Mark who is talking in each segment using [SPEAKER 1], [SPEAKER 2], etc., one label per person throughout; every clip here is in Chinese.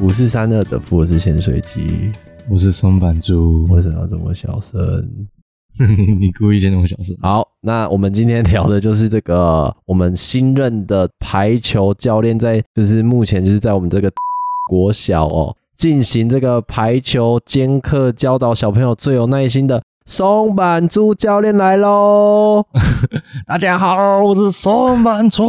[SPEAKER 1] 五四三二的福尔斯潜水机，
[SPEAKER 2] 我是松板猪，
[SPEAKER 1] 为什么要这么小声？
[SPEAKER 2] 你故意先那么小声。
[SPEAKER 1] 好，那我们今天聊的就是这个我们新任的排球教练在，就是目前就是在我们这个 国小哦进行这个排球兼课教导小朋友最有耐心的松板猪教练来喽。
[SPEAKER 2] 大家好，我是松板猪。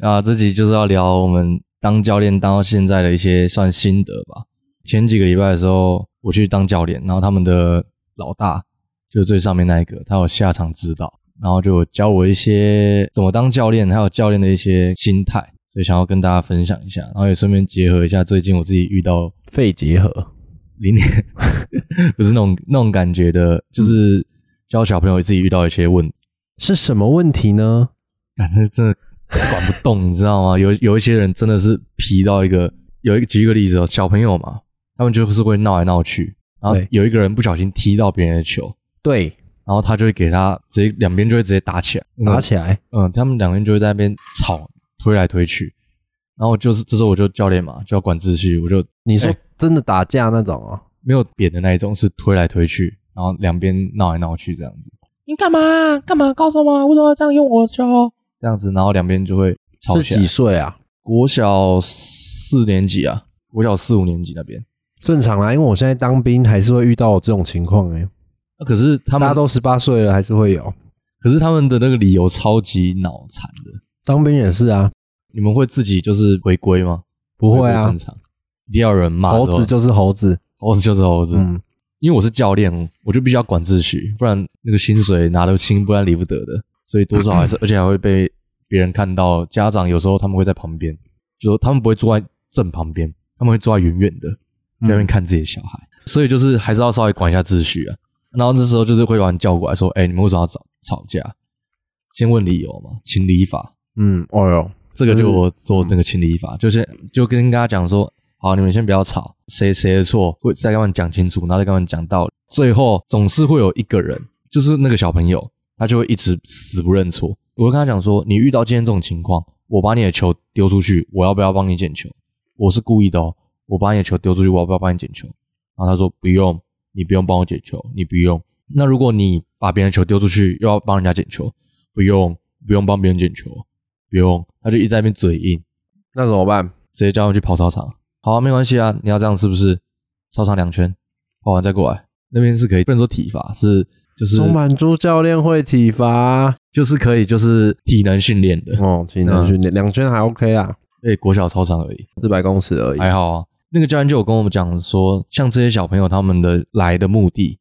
[SPEAKER 2] 啊，这集就是要聊我们当教练当到现在的一些算心得吧。前几个礼拜的时候，我去当教练，然后他们的老大就是最上面那一个，他有下场指导，然后就有教我一些怎么当教练，还有教练的一些心态，所以想要跟大家分享一下，然后也顺便结合一下最近我自己遇到
[SPEAKER 1] 肺结核，
[SPEAKER 2] 零点 不是那种那种感觉的，就是教小朋友自己遇到一些问题，
[SPEAKER 1] 是什么问题呢？
[SPEAKER 2] 感觉真的管不动，你知道吗？有有一些人真的是皮到一个，有一个举一个例子哦，小朋友嘛，他们就是会闹来闹去，然后
[SPEAKER 1] 对
[SPEAKER 2] 有一个人不小心踢到别人的球，
[SPEAKER 1] 对，
[SPEAKER 2] 然后他就会给他直接两边就会直接打起来，
[SPEAKER 1] 打起来，
[SPEAKER 2] 嗯，他们两个人就会在那边吵，推来推去，然后就是这时候我就教练嘛，就要管秩序，我就
[SPEAKER 1] 你说
[SPEAKER 2] 哎
[SPEAKER 1] 真的打架那种哦？
[SPEAKER 2] 没有扁的那一种，是推来推去，然后两边闹来闹去这样子。你干嘛？干嘛？告诉我，为什么要这样用我的球？这样子，然后两边就会吵
[SPEAKER 1] 是
[SPEAKER 2] 起来
[SPEAKER 1] 几。岁啊？
[SPEAKER 2] 国小四年级啊，国小四五年级那边，
[SPEAKER 1] 正常啦，因为我现在当兵还是会遇到这种情况哎、
[SPEAKER 2] 啊可是
[SPEAKER 1] 大
[SPEAKER 2] 他们
[SPEAKER 1] 家，都十八岁了还是会有。
[SPEAKER 2] 可是他们的那个理由超级脑残的。
[SPEAKER 1] 当兵也是啊，
[SPEAKER 2] 你们会自己就是回归吗？
[SPEAKER 1] 不会
[SPEAKER 2] 回归
[SPEAKER 1] 啊
[SPEAKER 2] 正，常，一定要有人骂
[SPEAKER 1] 猴
[SPEAKER 2] 之后
[SPEAKER 1] 子就是猴子，
[SPEAKER 2] 猴子就是猴子。
[SPEAKER 1] 嗯，
[SPEAKER 2] 因为我是教练，我就必须要管秩序，不然那个薪水拿得清，不然理不得的。所以多少还是，而且还会被别人看到。家长有时候他们会在旁边，就说他们不会坐在正旁边，他们会坐在远远的，
[SPEAKER 1] 嗯
[SPEAKER 2] 在那边看自己的小孩。所以就是还是要稍微管一下秩序啊。然后这时候就是会把人叫过来说：“哎、你们为什么要吵吵架？先问理由嘛，情理法。
[SPEAKER 1] 嗯，哦哟，
[SPEAKER 2] 这个就
[SPEAKER 1] 就是
[SPEAKER 2] 我做那个情理法，就是就跟跟大家讲说，好，你们先不要吵，谁谁的错，会再跟他们讲清楚，然后再跟他们讲道理。最后总是会有一个人，就是那个小朋友，他就会一直死不认错。我就跟他讲说，你遇到今天这种情况，我把你的球丢出去，我要不要帮你捡球？我是故意的哦，我把你的球丢出去，我要不要帮你捡球？然后他说不用，你不用帮我捡球，你不用。那如果你把别人的球丢出去，又要帮人家捡球，不用，不用帮别人捡球，不用，他就一直在那边嘴硬，
[SPEAKER 1] 那怎么办？
[SPEAKER 2] 直接叫他们去跑操场。好啊，没关系啊，你要这样是不是？操场两圈，跑完再过来，那边是可以，不能说体罚，是就是
[SPEAKER 1] 松满猪教练会体罚
[SPEAKER 2] 就是可以，就是体能训练的。
[SPEAKER 1] 哦，体能训练两圈还 OK 啦，
[SPEAKER 2] 哎、国小操场而已，
[SPEAKER 1] 四百公尺而已。
[SPEAKER 2] 还好啊。那个教练就有跟我们讲说，像这些小朋友他们的来的目的，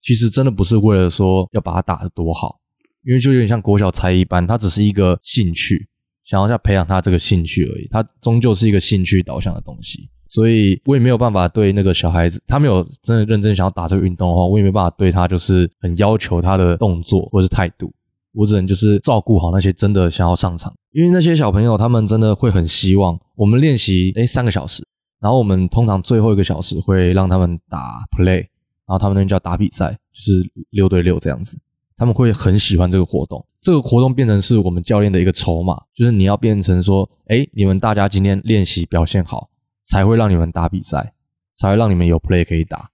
[SPEAKER 2] 其实真的不是为了说要把他打得多好，因为就有点像国小才艺班，他只是一个兴趣，想要要培养他这个兴趣而已，他终究是一个兴趣导向的东西。所以我也没有办法对那个小孩子，他没有真的认真想要打这个运动的话，我也没办法对他就是很要求他的动作或是态度。我只能就是照顾好那些真的想要上场，因为那些小朋友他们真的会很希望我们练习诶三个小时，然后我们通常最后一个小时会让他们打 play，然后他们那边叫打比赛，就是六对六这样子，他们会很喜欢这个活动。这个活动变成是我们教练的一个筹码，就是你要变成说，诶，你们大家今天练习表现好，才会让你们打比赛，才会让你们有 play 可以打，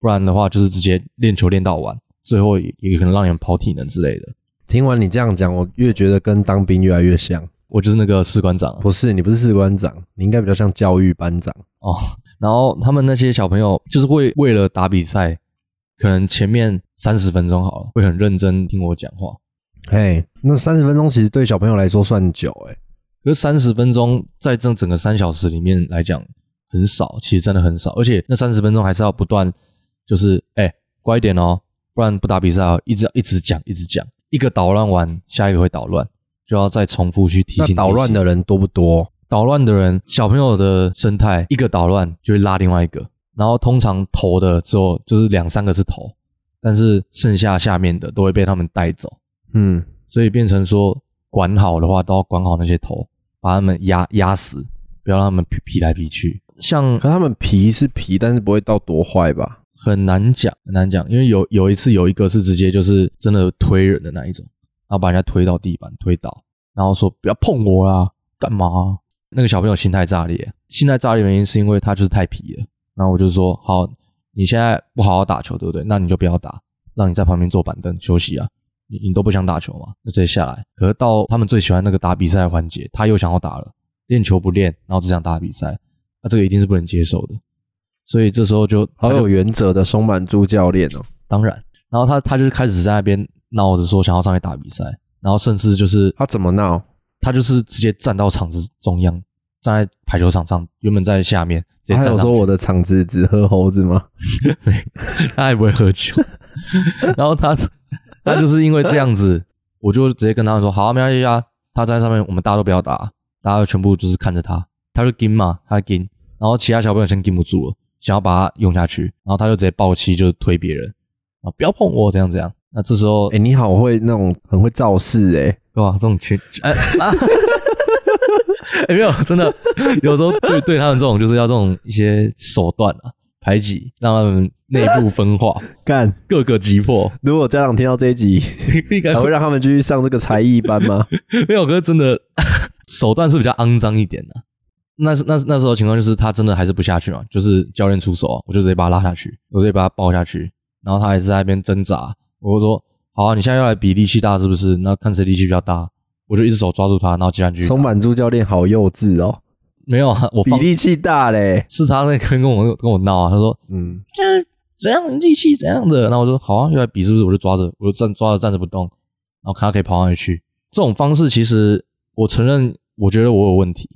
[SPEAKER 2] 不然的话就是直接练球练到晚，最后也也可能让你们跑体能之类的。
[SPEAKER 1] 听完你这样讲，我越觉得跟当兵越来越像。
[SPEAKER 2] 我就是那个士官长啊、
[SPEAKER 1] 不是，你不是士官长，你应该比较像教育班长。
[SPEAKER 2] 哦。然后他们那些小朋友就是会为了打比赛，可能前面三十分钟好了，会很认真听我讲话。
[SPEAKER 1] 嘿，那三十分钟其实对小朋友来说算久哎、
[SPEAKER 2] 可是三十分钟在这整个三小时里面来讲很少，其实真的很少。而且那三十分钟还是要不断，就是哎、乖一点哦，不然不打比赛哦，一直一直讲一直讲，一个捣乱完，下一个会捣乱，就要再重复去提醒
[SPEAKER 1] 那
[SPEAKER 2] 提醒。
[SPEAKER 1] 捣乱的人多不多？
[SPEAKER 2] 捣乱的人，小朋友的生态，一个捣乱就会拉另外一个，然后通常头的只有就是两三个是头，但是剩下下面的都会被他们带走，
[SPEAKER 1] 嗯，
[SPEAKER 2] 所以变成说管好的话都要管好那些头，把他们压压死，不要让他们皮皮来皮去。像
[SPEAKER 1] 可他们皮是皮，但是不会到多坏吧？
[SPEAKER 2] 很难讲，很难讲，因为有有一次有一个是直接就是真的推人的那一种，然后把人家推到地板推倒，然后说不要碰我啦，干嘛啊、那个小朋友心态炸裂，心态炸裂的原因是因为他就是太皮了。然后我就说，好，你现在不好好打球，对不对？那你就不要打，让你在旁边坐板凳休息啊。你你都不想打球嘛，那直接下来。可是到他们最喜欢那个打比赛的环节，他又想要打了，练球不练，然后只想打比赛，那这个一定是不能接受的。所以这时候就
[SPEAKER 1] 好
[SPEAKER 2] 他就
[SPEAKER 1] 有原则的松满猪教练哦。
[SPEAKER 2] 当然，然后他他就是开始在那边闹着说想要上去打比赛，然后甚至就是
[SPEAKER 1] 他怎么闹？
[SPEAKER 2] 他就是直接站到场子中央，站在排球场上，原本在下面直接
[SPEAKER 1] 他
[SPEAKER 2] 站
[SPEAKER 1] 有
[SPEAKER 2] 上
[SPEAKER 1] 说我
[SPEAKER 2] 去，
[SPEAKER 1] 的场子只喝猴子吗？
[SPEAKER 2] 他也不会喝酒， 然后他他就是因为这样子，我就直接跟他们说，好、啊，没关系啊，他站在上面，我们大家都不要打，大家全部就是看着他，他就盯嘛，他盯，然后其他小朋友先盯不住了，想要把他用下去，然后他就直接暴气，就推别人啊，不要碰我，怎样怎样。那这时候
[SPEAKER 1] 哎、你好会那种很会造势哎、
[SPEAKER 2] 对吧？这种群，哎、啊， 哎、没有，真的，有时候对对他们这种就是要这种一些手段啊，排挤，让他们内部分化，
[SPEAKER 1] 干！
[SPEAKER 2] 各个击破。
[SPEAKER 1] 如果家长听到这一集，
[SPEAKER 2] 应 该
[SPEAKER 1] 还会让他们继续上这个才艺班 吗？
[SPEAKER 2] 没有，可是真的手段是比较肮脏一点的、那是那那时候情况就是他真的还是不下去嘛，就是教练出手啊，我就直接把他拉下去，我直接把他抱下去，然后他还是在那边挣扎。我就说：“好、啊，你现在要来比力气大是不是？那看谁力气比较大。”我就一只手抓住他，然后接上去。
[SPEAKER 1] 松满猪教练好幼稚哦，
[SPEAKER 2] 没有啊，我
[SPEAKER 1] 比
[SPEAKER 2] 放
[SPEAKER 1] 力气大嘞。
[SPEAKER 2] 是他在跟跟我跟我闹啊，他说
[SPEAKER 1] 嗯，
[SPEAKER 2] 这怎样力气怎样的，然后我说好啊，又来比是不是？我就抓着，我就站抓着站着不动，然后看他可以跑哪里去。这种方式其实我承认，我觉得我有问题，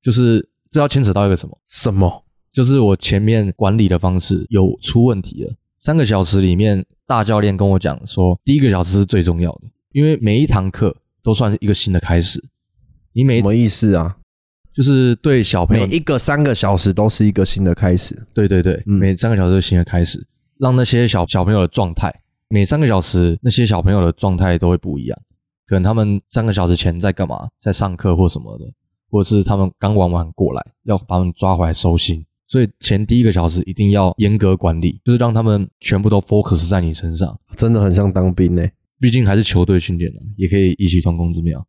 [SPEAKER 2] 就是这要牵扯到一个什么，
[SPEAKER 1] 什么？
[SPEAKER 2] 就是我前面管理的方式有出问题了。三个小时里面，大教练跟我讲说，第一个小时是最重要的，因为每一堂课都算是一个新的开始。你每
[SPEAKER 1] 什
[SPEAKER 2] 一
[SPEAKER 1] 么意思啊？
[SPEAKER 2] 就是对小朋
[SPEAKER 1] 每
[SPEAKER 2] 友
[SPEAKER 1] 一个三个小时都是一个新的开始。
[SPEAKER 2] 对对对，
[SPEAKER 1] 嗯
[SPEAKER 2] 每三个小时是新的开始，让那些小小朋友的状态，每三个小时那些小朋友的状态都会不一样。可能他们三个小时前在干嘛，在上课或什么的，或者是他们刚玩完过来，要把他们抓回来收心。所以前第一个小时一定要严格管理，就是让他们全部都 focus 在你身上。
[SPEAKER 1] 真的很像当兵欸呢、
[SPEAKER 2] 毕竟还是球队训练的，也可以异曲同工之妙。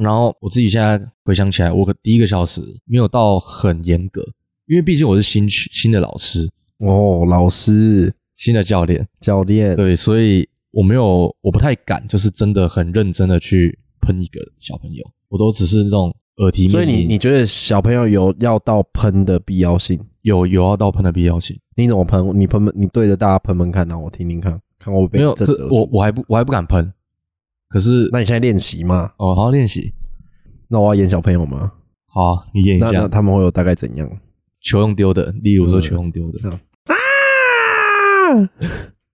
[SPEAKER 2] 然后我自己现在回想起来，我可第一个小时没有到很严格，因为毕竟我是新去新的老师，
[SPEAKER 1] 哦，老师、
[SPEAKER 2] 新的教练，
[SPEAKER 1] 教练，
[SPEAKER 2] 对，所以我没有，我不太敢，就是真的很认真的去喷一个小朋友，我都只是那种耳提
[SPEAKER 1] 所
[SPEAKER 2] 面
[SPEAKER 1] 以你
[SPEAKER 2] 命，
[SPEAKER 1] 你觉得小朋友有要到喷的必要性？
[SPEAKER 2] 有有要到喷的必要性，
[SPEAKER 1] 你怎么喷？你喷你对着大家喷喷看，让我听听看，看我被
[SPEAKER 2] 没有，
[SPEAKER 1] 震
[SPEAKER 2] 可
[SPEAKER 1] 慑
[SPEAKER 2] 我
[SPEAKER 1] 住。
[SPEAKER 2] 我还不我还不敢喷，可是
[SPEAKER 1] 那你现在练习嘛？
[SPEAKER 2] 哦，好好练习，
[SPEAKER 1] 那我要演小朋友吗？
[SPEAKER 2] 好啊，你演一
[SPEAKER 1] 那那
[SPEAKER 2] 下
[SPEAKER 1] 他们会有大概怎样？
[SPEAKER 2] 球用丢的，例如说
[SPEAKER 1] 嗯
[SPEAKER 2] 球用丢的，
[SPEAKER 1] 嗯
[SPEAKER 2] 啊，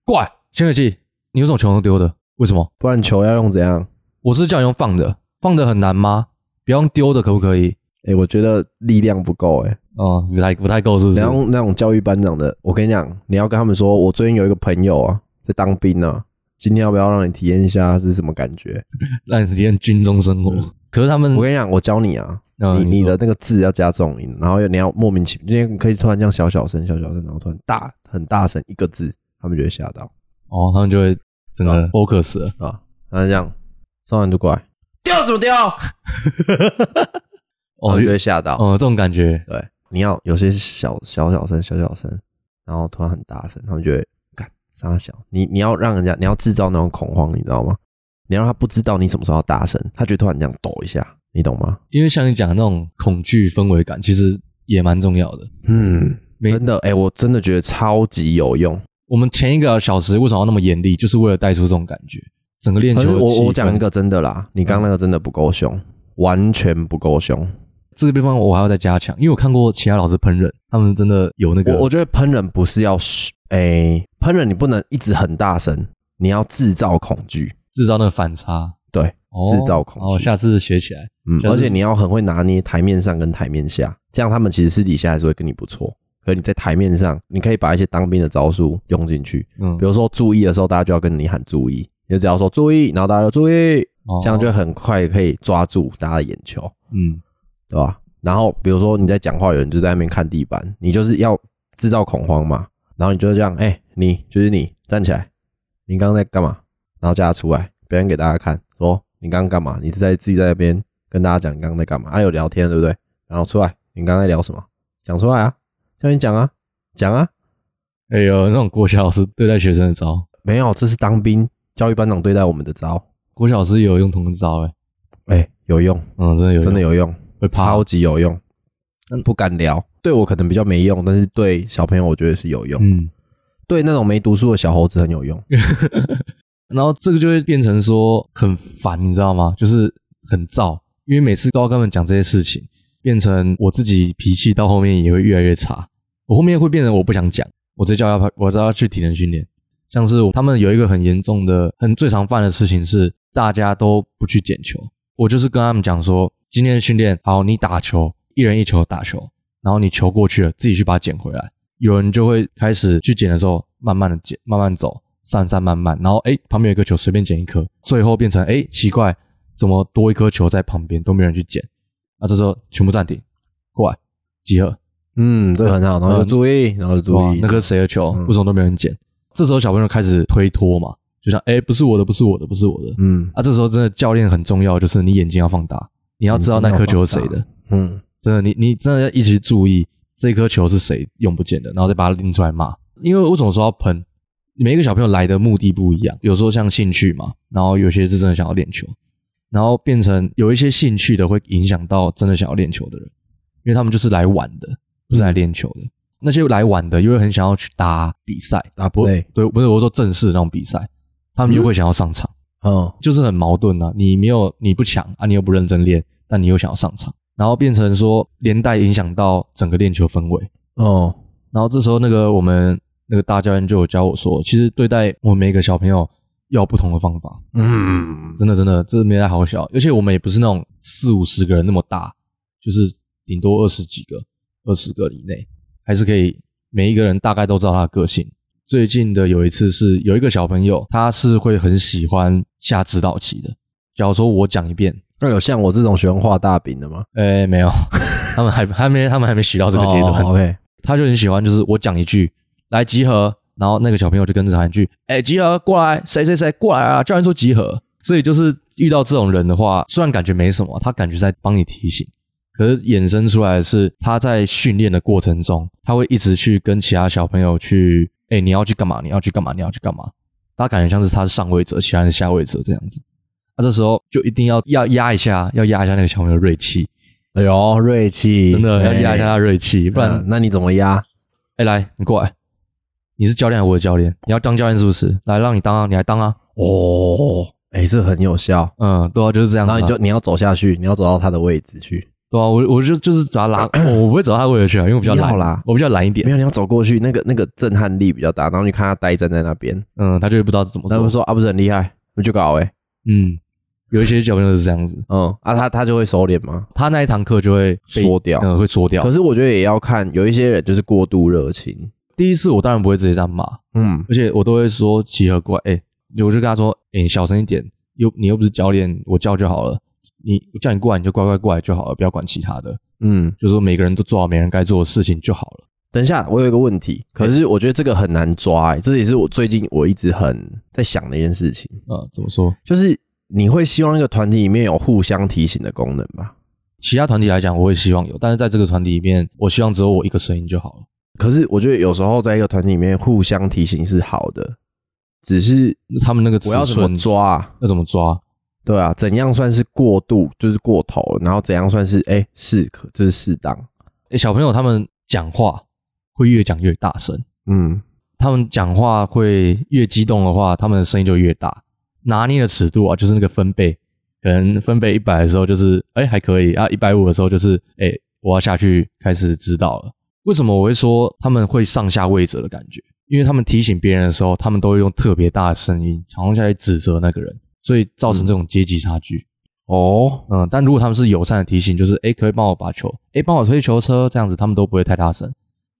[SPEAKER 2] 怪，先乐器，你有种球用丢的，为什么？
[SPEAKER 1] 不然球要用怎样？
[SPEAKER 2] 我是叫你用放的，放的很难吗？不要用丢的，可不可以？
[SPEAKER 1] 哎、我觉得力量不够哎、
[SPEAKER 2] 哦，不太不太够，是不是？
[SPEAKER 1] 然后那种教育班长的，我跟你讲，你要跟他们说，我最近有一个朋友啊，在当兵啊，今天要不要让你体验一下是什么感觉？
[SPEAKER 2] 让你体验军中生活。可是他们
[SPEAKER 1] 嗯我，跟你讲，我教你啊，
[SPEAKER 2] 嗯
[SPEAKER 1] 你你
[SPEAKER 2] 说
[SPEAKER 1] 的那个字要加重音，然后你要莫名其妙，因为你可以突然这样小小声、小小声，然后突然大很大声一个字，他们就会吓到
[SPEAKER 2] 哦，他们就会整个 focus 了。
[SPEAKER 1] 啊。然后这样，上完就过来，丢什么丢？他
[SPEAKER 2] 哦
[SPEAKER 1] 们就会吓到。
[SPEAKER 2] 哦，这种感觉
[SPEAKER 1] 对，你要有些小小小声、小小声，然后突然很大声，他们就会干傻小。你你要让人家，你要制造那种恐慌，你知道吗？你要让他不知道你什么时候要大声，他就突然这样抖一下，你懂吗？
[SPEAKER 2] 因为像你讲的那种恐惧氛围感，其实也蛮重要的。
[SPEAKER 1] 嗯，
[SPEAKER 2] 没
[SPEAKER 1] 真的，哎、我真的觉得超级有用。
[SPEAKER 2] 我们前一个小时为什么要那么严厉，就是为了带出这种感觉。整个练
[SPEAKER 1] 可
[SPEAKER 2] 球
[SPEAKER 1] 是
[SPEAKER 2] 的
[SPEAKER 1] 我我
[SPEAKER 2] 气氛
[SPEAKER 1] 讲一个真的啦，你刚刚那个真的不够凶，完全不够凶。
[SPEAKER 2] 这个地方，我还要再加强，因为我看过其他老师喷人，他们真的有那个
[SPEAKER 1] 我我觉得喷人不是要嘘，哎、喷人你不能一直很大声，你要制造恐惧。
[SPEAKER 2] 制造那个反差，
[SPEAKER 1] 对，
[SPEAKER 2] 哦
[SPEAKER 1] 制造恐惧
[SPEAKER 2] 哦，下次学起来。
[SPEAKER 1] 嗯，
[SPEAKER 2] 像
[SPEAKER 1] 而
[SPEAKER 2] 是
[SPEAKER 1] 且你要很会拿捏台面上跟台面下，这样他们其实私底下还是会跟你不错。可你在台面上，你可以把一些当兵的招数用进去，
[SPEAKER 2] 嗯
[SPEAKER 1] 比，如说注意的时候，大家就要跟你喊注意，你就只要说注意，然后大家就注意，
[SPEAKER 2] 哦
[SPEAKER 1] 这样就很快可以抓住大家的眼球，
[SPEAKER 2] 嗯，
[SPEAKER 1] 对吧？然后比如说你在讲话，有人就在那边看地板，你就是要制造恐慌嘛，然后你就这样，哎、你就是你站起来，你刚刚在干嘛？然后叫他出来表演给啊大家看，说你刚刚干嘛？你是在自己在那边跟大家讲你刚刚在干嘛？还、有聊天对不对？然后出来，你刚才聊什么？讲出来啊，叫你讲啊，讲啊。
[SPEAKER 2] 哎呦，那种国小老师对待学生的招，
[SPEAKER 1] 没有，这是当兵教育班长对待我们的招，
[SPEAKER 2] 国小老师也有用同根招哎、
[SPEAKER 1] 哎、有用，
[SPEAKER 2] 嗯，真的有用，嗯
[SPEAKER 1] 真的有用，
[SPEAKER 2] 会怕
[SPEAKER 1] 超。级有用。不敢聊，对我可能比较没用，但是对小朋友我觉得是有用，
[SPEAKER 2] 嗯，
[SPEAKER 1] 对那种没读书的小猴子很有 用。
[SPEAKER 2] 然后这个就会变成说很烦，你知道吗？就是很燥，因为每次都要跟他们讲这些事情，变成我自己脾气到后面也会越来越差。我后面会变成我不想讲，我直接叫他拍，我叫他去体能训练。像是他们有一个很严重的、很最常犯的事情是，大家都不去捡球。我就是跟他们讲说，今天的训练好，你打球，一人一球打球，然后你球过去了，自己去把它捡回来。有人就会开始去捡的时候，慢慢的捡，慢慢走，散散慢慢，然后哎，诶旁边有一颗球，随便捡一颗，最后变成哎，诶奇怪，怎么多一颗球在旁边都没有人去捡？啊，这时候全部暂停，过来集合，
[SPEAKER 1] 嗯，这个很好，然后就注意，然后就注
[SPEAKER 2] 哇
[SPEAKER 1] 意，
[SPEAKER 2] 那颗谁的球，
[SPEAKER 1] 嗯
[SPEAKER 2] 为什么都没有人捡？这时候小朋友开始推脱嘛，就像哎，诶不是我的，不是我的，不是我的。
[SPEAKER 1] 嗯
[SPEAKER 2] 啊，这时候真的教练很重要，就是你眼睛要放大，你要知道那颗球是谁
[SPEAKER 1] 眼睛要
[SPEAKER 2] 的，
[SPEAKER 1] 嗯，
[SPEAKER 2] 真的，你你真的要一直注意这颗球是谁用不见的，然后再把它拎出来骂。因为我总说要喷，每一个小朋友来的目的不一样，有时候像兴趣嘛，然后有些是真的想要练球，然后变成有一些兴趣的会影响到真的想要练球的人，因为他们就是来玩的，不是来练球的。那些来玩的，又会很想要去打比赛，
[SPEAKER 1] 打不对，
[SPEAKER 2] 对，不是我说正式的那种比赛，他们又会想要上场。
[SPEAKER 1] 嗯
[SPEAKER 2] 就是很矛盾啊。你没有你不强啊，你又不认真练，但你又想要上场，然后变成说连带影响到整个练球氛围。
[SPEAKER 1] 哦，
[SPEAKER 2] 然后这时候那个我们那个大教练就有教我说，其实对待我们每一个小朋友要有不同的方法，
[SPEAKER 1] 嗯，
[SPEAKER 2] 真的真的这没在好笑。而且我们也不是那种四五十个人那么大，就是顶多二十几个、二十个以内，还是可以每一个人大概都知道他的个性。最近的有一次是有一个小朋友，他是会很喜欢下指导棋的。假如说我讲一遍，
[SPEAKER 1] 那有像我这种喜欢画大饼的吗？
[SPEAKER 2] 呃，没有，他们还还没，他们还没学到这个阶段。
[SPEAKER 1] 哦，OK，
[SPEAKER 2] 他就很喜欢，就是我讲一句来集合，然后那个小朋友就跟着喊一句，哎、集合过来，谁谁谁过来啊，教练说集合。所以就是遇到这种人的话，虽然感觉没什么，他感觉在帮你提醒，可是衍生出来的是他在训练的过程中，他会一直去跟其他小朋友去，哎、你要去干嘛？你要去干嘛？你要去干嘛？他感觉像是他是上位者，其他人是下位者这样子。那、这时候就一定要要压一下，要压一下那个小朋友的锐气，
[SPEAKER 1] 哎呦，锐气，
[SPEAKER 2] 真的要压一下他
[SPEAKER 1] 哎，
[SPEAKER 2] 的锐气，不然
[SPEAKER 1] 嗯那你怎么压？
[SPEAKER 2] 哎、来，你过来，你是教练还是我的教练？你要当教练是不是？来，让你当啊，你来当啊，
[SPEAKER 1] 哦，哎，这很有效。
[SPEAKER 2] 嗯，对啊，就是这样
[SPEAKER 1] 然
[SPEAKER 2] 子、啊。
[SPEAKER 1] 后你就你要走下去，你要走到他的位置去，
[SPEAKER 2] 对啊，我我就就是把他 拉，我我不会走到他位置去啊，因为我比较
[SPEAKER 1] 要
[SPEAKER 2] 懒
[SPEAKER 1] 啦
[SPEAKER 2] 我比较懒一
[SPEAKER 1] 没
[SPEAKER 2] 点，
[SPEAKER 1] 有，你要走过去，那个那个震撼力比较大。然后你看他呆站在那边，
[SPEAKER 2] 嗯，他就会不知道怎么
[SPEAKER 1] 他们
[SPEAKER 2] 做，
[SPEAKER 1] 说啊，不是很厉害，那就搞哎、欸，
[SPEAKER 2] 嗯，有一些小朋友是这样子，
[SPEAKER 1] 嗯啊，他他就会收敛嘛。
[SPEAKER 2] 他那一堂课就会被
[SPEAKER 1] 缩掉
[SPEAKER 2] 嗯，会缩掉。
[SPEAKER 1] 可是我觉得也要看，有一些人就是过度热情，
[SPEAKER 2] 第一次我当然不会直接这样骂，
[SPEAKER 1] 嗯，
[SPEAKER 2] 而且我都会说集合过来，哎、我就跟他说，哎、你小声一点，又你又不是教练，我叫就好了，你我叫你过来你就乖乖过来就好了，不要管其他的，
[SPEAKER 1] 嗯，
[SPEAKER 2] 就是说每个人都做好每人该做的事情就好了。
[SPEAKER 1] 等一下，我有一个问题，可是我觉得这个很难抓、欸，这也是我最近我一直很在想的一件事情，
[SPEAKER 2] 呃，怎么说？
[SPEAKER 1] 就是你会希望一个团体里面有互相提醒的功能吧？
[SPEAKER 2] 其他团体来讲，我会希望有，但是在这个团体里面，我希望只有我一个声音就好了。
[SPEAKER 1] 可是我觉得有时候在一个团体里面互相提醒是好的，只是
[SPEAKER 2] 那他们那个尺
[SPEAKER 1] 我要怎么
[SPEAKER 2] 寸
[SPEAKER 1] 抓、啊？
[SPEAKER 2] 要怎么抓？
[SPEAKER 1] 对啊，怎样算是过度，就是过头了，然后怎样算是哎适可，就是适当。
[SPEAKER 2] 诶小朋友他们讲话会越讲越大声，
[SPEAKER 1] 嗯，
[SPEAKER 2] 他们讲话会越激动的话，他们的声音就越大。拿捏的尺度啊，就是那个分贝，可能分贝一百的时候就是哎、还可以啊，一百五的时候就是哎、我要下去开始指导了。为什么我会说他们会上下位者的感觉？因为他们提醒别人的时候，他们都会用特别大的声音，好像在指责那个人，所以造成这种阶级差距。
[SPEAKER 1] 哦，
[SPEAKER 2] 嗯，但如果他们是友善的提醒，就是哎诶，可不可以帮我把球，诶，帮我推球车这样子，他们都不会太大声。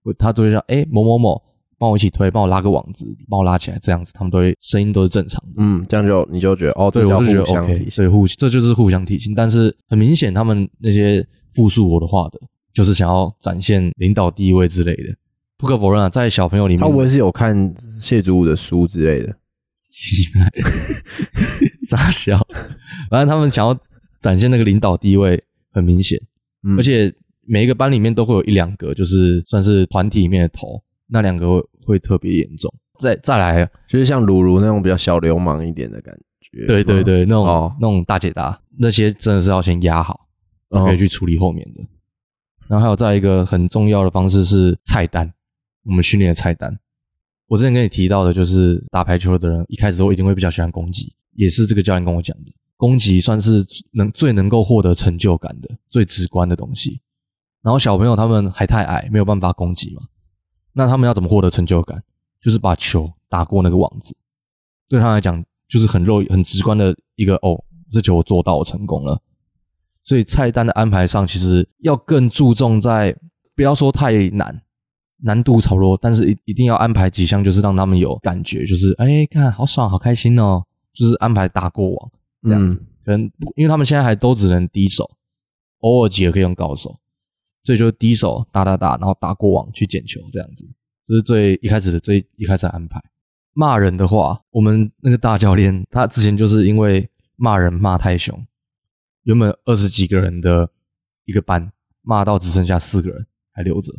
[SPEAKER 2] 会他都会说，诶，某某某，帮我一起推，帮我拉个网子，帮我拉起来，这样子，他们都会声音都是正常的。
[SPEAKER 1] 嗯，这样就你就觉得哦，
[SPEAKER 2] 对，
[SPEAKER 1] 这叫
[SPEAKER 2] 我就觉
[SPEAKER 1] 互
[SPEAKER 2] 得
[SPEAKER 1] 相
[SPEAKER 2] OK，
[SPEAKER 1] 提醒。
[SPEAKER 2] 所以互这就是互相提醒。但是很明显，他们那些复述我的话的，就是想要展现领导地位之类的。不可否认啊，在小朋友里面，
[SPEAKER 1] 他我也是有看谢祖武的书之类的，
[SPEAKER 2] 起来， 傻笑。反正他们想要展现那个领导地位很明显，
[SPEAKER 1] 嗯
[SPEAKER 2] 而且每一个班里面都会有一两个，就是算是团体里面的头，那两个会会特别严重。再再来，啊
[SPEAKER 1] 就是像鲁鲁那种比较小流氓一点的感觉。
[SPEAKER 2] 对对，对，那种、
[SPEAKER 1] 哦
[SPEAKER 2] 那种大姐大，那些真的是要先压好，才
[SPEAKER 1] 哦
[SPEAKER 2] 可以去处理后面的。然后还有再一个很重要的方式是菜单，我们训练的菜单。我之前跟你提到的，就是打排球的人一开始都一定会比较喜欢攻击，也是这个教练跟我讲的。攻击算是能最能够获得成就感的、最直观的东西。然后小朋友他们还太矮，没有办法攻击嘛，那他们要怎么获得成就感？就是把球打过那个网子，对他来讲就是很肉、很直观的一个哦，这球我做到，我成功了。所以菜单的安排上，其实要更注重在不要说太难，难度超多，但是一一定要安排几项，就是让他们有感觉，就是哎，看好爽，好开心哦，就是安排打过网这样子。可能不因为他们现在还都只能低手，偶尔几个可以用高手，所以就低手打打打，然后打过网去捡球这样子，这是最一开始的最一开始的安排。骂人的话，我们那个大教练他之前就是因为骂人骂太凶，原本二十几个人的一个班，骂到只剩下四个人还留着。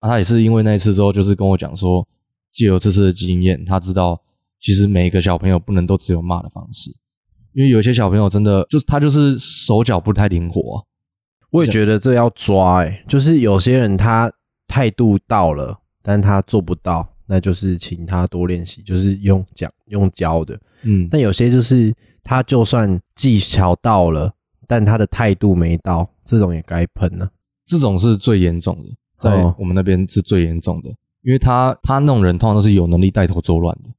[SPEAKER 2] 啊，他也是因为那一次之后，就是跟我讲说，借由这次的经验，他知道其实每一个小朋友不能都只有骂的方式，因为有些小朋友真的就是他就是手脚不太灵活、啊，
[SPEAKER 1] 我也觉得这要抓、哎，就是有些人他态度到了，但他做不到，那就是请他多练习，就是用讲用教的。
[SPEAKER 2] 嗯，
[SPEAKER 1] 但有些就是他就算技巧到了，但他的态度没到，这种也该喷啊了。
[SPEAKER 2] 这种是最严重的，在
[SPEAKER 1] 哦
[SPEAKER 2] 我们那边是最严重的，因为他他那种人通常都是有能力带头作乱的，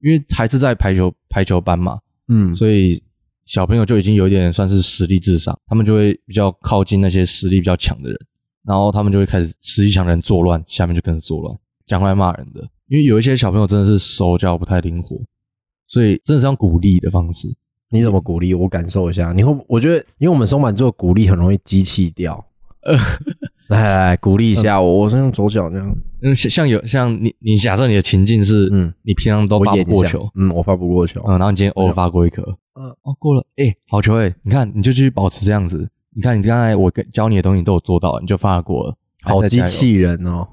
[SPEAKER 2] 因为还是在排球排球班嘛，
[SPEAKER 1] 嗯，
[SPEAKER 2] 所以小朋友就已经有点算是实力至上，他们就会比较靠近那些实力比较强的人，然后他们就会开始实力强的人作乱，下面就跟着作乱，讲话来骂人的。因为有一些小朋友真的是手脚不太灵活，所以真的是用鼓励的方式。
[SPEAKER 1] 你怎么鼓励？我感受一下。你会，我觉得，因为我们松板做鼓励很容易机器 掉。
[SPEAKER 2] 呃
[SPEAKER 1] 来来来，鼓励一下我，我是用左脚这样，
[SPEAKER 2] 嗯，像像有像你你假设你的情境是，
[SPEAKER 1] 嗯
[SPEAKER 2] 嗯，你平常都
[SPEAKER 1] 我
[SPEAKER 2] 发不
[SPEAKER 1] 演一
[SPEAKER 2] 过
[SPEAKER 1] 下
[SPEAKER 2] 球，
[SPEAKER 1] 嗯，我发不过球，
[SPEAKER 2] 嗯，然后你今天偶尔发过一颗，
[SPEAKER 1] 嗯
[SPEAKER 2] 嗯，哦，过了，哎、好球哎、你看你就继续保持这样子，你看你刚才我跟教你的东西你都有做到，你就发得过了，
[SPEAKER 1] 好
[SPEAKER 2] 再
[SPEAKER 1] 机
[SPEAKER 2] 加油，
[SPEAKER 1] 器人哦。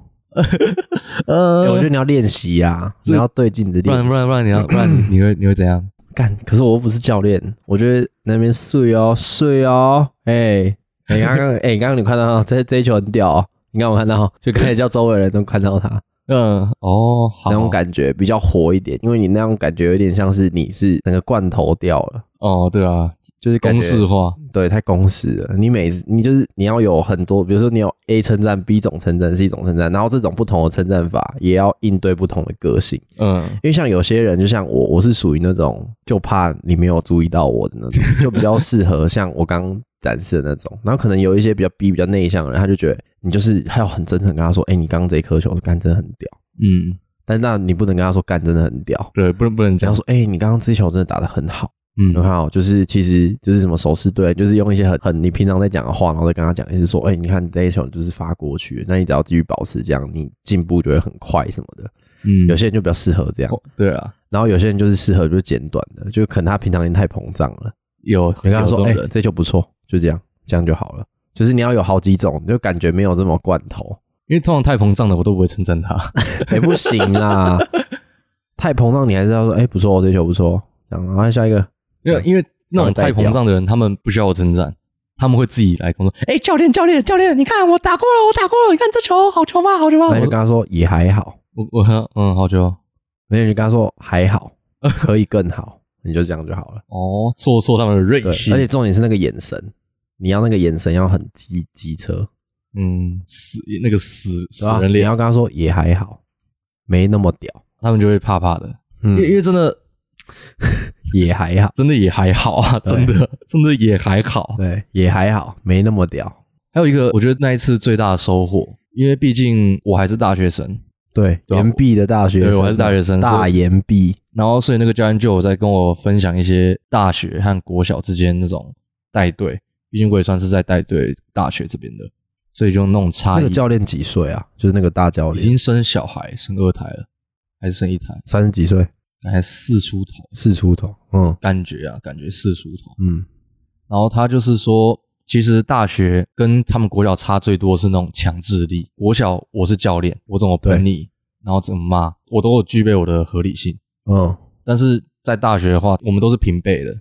[SPEAKER 2] 呃
[SPEAKER 1] 欸我觉得你要练习呀，你要对镜子
[SPEAKER 2] 不
[SPEAKER 1] 练
[SPEAKER 2] 然
[SPEAKER 1] 习。
[SPEAKER 2] 不然不然你要不然你你会你会怎样？
[SPEAKER 1] 干，可是我又不是教练，我觉得那边睡哦睡哦，哎、哎、刚刚哎刚刚你看到这这一球很屌、哦，你看我看到，就开始叫周围人都看到他
[SPEAKER 2] 嗯，哦，好，
[SPEAKER 1] 那种感觉比较活一点，因为你那种感觉有点像是你是整个罐头掉了，
[SPEAKER 2] 哦，对啊，
[SPEAKER 1] 就是感
[SPEAKER 2] 公
[SPEAKER 1] 觉
[SPEAKER 2] 式化，
[SPEAKER 1] 对太公式了。你每次你就是你要有很多，比如说你有 A 称赞、B 种称赞、C 种称赞，然后这种不同的称赞法也要应对不同的个性。
[SPEAKER 2] 嗯，
[SPEAKER 1] 因为像有些人，就像我，我是属于那种就怕你没有注意到我的那种，就比较适合像我刚刚展示的那种。然后可能有一些比较逼、比较内向的人，他就觉得你就是他要很真诚跟他说：“哎、你刚刚这一颗球干真的很屌。
[SPEAKER 2] 嗯，”
[SPEAKER 1] 但那你不能跟他说干真的很屌，
[SPEAKER 2] 对，不能不能
[SPEAKER 1] 你
[SPEAKER 2] 这
[SPEAKER 1] 要
[SPEAKER 2] 样，
[SPEAKER 1] 说：“哎、你刚刚这球真的打得很好。”
[SPEAKER 2] 嗯
[SPEAKER 1] 很好，哦就是其实就是什么手势对，就是用一些很很你平常在讲的话，然后再跟他讲，一直说：“哎、你看这一球就是发过去，那你只要继续保持这样，你进步就会很快什么的。”
[SPEAKER 2] 嗯，
[SPEAKER 1] 有些人就比较适合这样。
[SPEAKER 2] 对啊，
[SPEAKER 1] 然后有些人就是适合就是简短的，就可能他平常人太膨胀了，
[SPEAKER 2] 有
[SPEAKER 1] 你
[SPEAKER 2] 有
[SPEAKER 1] 跟他
[SPEAKER 2] 这
[SPEAKER 1] 说，
[SPEAKER 2] 种
[SPEAKER 1] 哎、
[SPEAKER 2] 人，
[SPEAKER 1] 这就不错，就这样，这样就好了。就是你要有好几种，就感觉没有这么罐头，
[SPEAKER 2] 因为通常太膨胀的我都不会称赞他，
[SPEAKER 1] 哎、不行啦，太膨胀你还是要说，哎、不错，这球不错，哦这样，然后下一个，
[SPEAKER 2] 因为因为那种
[SPEAKER 1] 他会
[SPEAKER 2] 太
[SPEAKER 1] 带掉
[SPEAKER 2] 膨胀的人，他们不需要我称赞，他们会自己来跟我说：“哎、教练，教练，教练，你看我打过了，我打过了，你看这球好球吗？好球吗
[SPEAKER 1] 那你就跟他说也还好，？”
[SPEAKER 2] 我我我嗯，好球
[SPEAKER 1] 没有你就跟他说还 好，可以更好，你就这样就好了。
[SPEAKER 2] 哦，挫挫他们的锐
[SPEAKER 1] 对，
[SPEAKER 2] 气，
[SPEAKER 1] 而且重点是那个眼神，你要那个眼神要很机机车，
[SPEAKER 2] 嗯，死那个死死
[SPEAKER 1] 对吧？
[SPEAKER 2] 人
[SPEAKER 1] 你
[SPEAKER 2] 脸，
[SPEAKER 1] 要跟他说也还好，没那么屌，
[SPEAKER 2] 他们就会怕怕的，因
[SPEAKER 1] 嗯
[SPEAKER 2] 为，因为真的
[SPEAKER 1] 也还好。
[SPEAKER 2] 真的也还好啊，真的真的也还好。
[SPEAKER 1] 对，也还好，没那么屌。
[SPEAKER 2] 还有一个，我觉得那一次最大的收获，因为毕竟我还是大学生，
[SPEAKER 1] 对，
[SPEAKER 2] 对啊
[SPEAKER 1] 岩壁的大学生，
[SPEAKER 2] 对我还是大学生
[SPEAKER 1] 大
[SPEAKER 2] 所以
[SPEAKER 1] 岩壁，
[SPEAKER 2] 然后所以那个教练就有在跟我分享一些大学和国小之间那种带队，毕竟我也算是在带队大学这边的，所以就那种差
[SPEAKER 1] 那
[SPEAKER 2] 异。
[SPEAKER 1] 个教练几岁啊？就是那个大教
[SPEAKER 2] 已
[SPEAKER 1] 练，
[SPEAKER 2] 经生小孩，生二胎了，还是生一胎，
[SPEAKER 1] 三十几岁，
[SPEAKER 2] 还四出头，
[SPEAKER 1] 四出头。嗯
[SPEAKER 2] 感觉啊，感觉四出头。
[SPEAKER 1] 嗯
[SPEAKER 2] 然后他就是说，其实大学跟他们国小差最多的是那种强制力。国小我是教练，我怎么
[SPEAKER 1] 对
[SPEAKER 2] 喷你，然后怎么骂，我都有具备我的合理性。
[SPEAKER 1] 嗯，
[SPEAKER 2] 但是在大学的话，我们都是平辈的，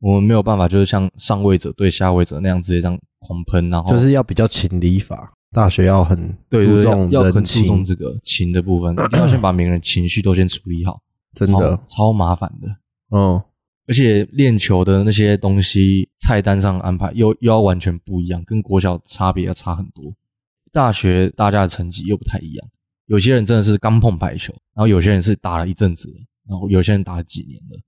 [SPEAKER 2] 我们没有办法就是像上位者对下位者那样直接这样狂喷，然后
[SPEAKER 1] 就是要比较情理法，大学要很
[SPEAKER 2] 对
[SPEAKER 1] 注
[SPEAKER 2] 对
[SPEAKER 1] 重
[SPEAKER 2] 对要要
[SPEAKER 1] 人
[SPEAKER 2] 很注重
[SPEAKER 1] 情，
[SPEAKER 2] 这个情的部分，一定要先把每个人情绪都先处理好，
[SPEAKER 1] 真的
[SPEAKER 2] 超，超麻烦的。
[SPEAKER 1] 嗯，
[SPEAKER 2] 而且练球的那些东西菜单上安排又又要完全不一样，跟国小差别要差很多。大学大家的成绩又不太一样，有些人真的是刚碰排球，然后有些人是打了一阵子了，然后有些人打了几年了，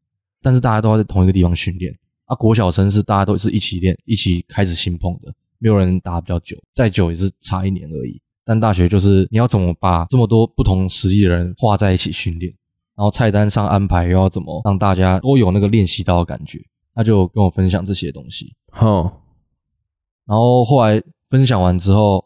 [SPEAKER 2] 但是大家都要在同一个地方训练。啊，国小生是大家都是一起练，一起开始新碰的，没有人打比较久，再久也是差一年而已。但大学就是你要怎么把这么多不同实力的人画在一起训练，然后菜单上安排又要怎么让大家都有那个练习到的感觉，他就跟我分享这些东西。
[SPEAKER 1] 哼，
[SPEAKER 2] 然后后来分享完之后，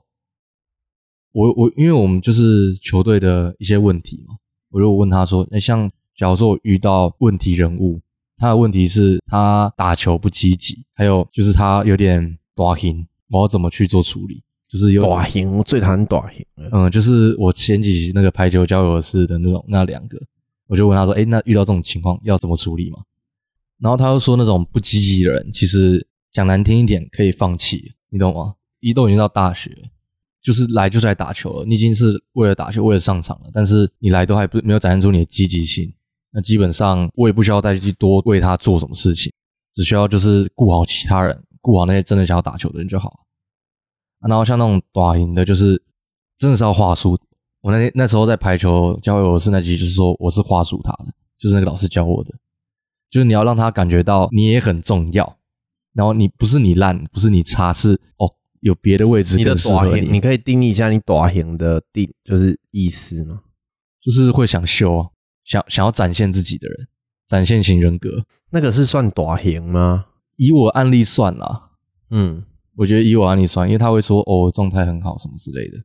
[SPEAKER 2] 我我因为我们就是球队的一些问题嘛，我就问他说，那像假如说我遇到问题人物，他的问题是他打球不积极，还有就是他有点短行，我要怎么去做处理？就是有
[SPEAKER 1] 短型我最讨厌短型了，
[SPEAKER 2] 嗯，就是我前几集那个排球交友式的那种那两个，我就问他说：“哎、那遇到这种情况要怎么处理嘛？”然后他又说，那种不积极的人，其实讲难听一点，可以放弃，你懂吗？一都已经到大学了，就是来就是来打球了，你已经是为了打球、为了上场了，但是你来都还不没有展现出你的积极性，那基本上我也不需要再去多为他做什么事情，只需要就是顾好其他人，顾好那些真的想要打球的人就好。啊然后像那种短赢的，就是真的是要话术。我那天那时候在排球教友室那集，就是说我是话术他的，就是那个老师教我的，就是你要让他感觉到你也很重要，然后你不是你烂，不是你差，是哦有别的位置
[SPEAKER 1] 你的
[SPEAKER 2] 更适合
[SPEAKER 1] 短
[SPEAKER 2] 你，
[SPEAKER 1] 型，你可以定义一下你短型的定就是意思吗？
[SPEAKER 2] 就是会想秀啊，想想要展现自己的人，展现型人格。
[SPEAKER 1] 那个是算短型吗？
[SPEAKER 2] 以我案例算啦，
[SPEAKER 1] 嗯，
[SPEAKER 2] 我觉得以我案例算，因为他会说哦我状态很好什么之类的，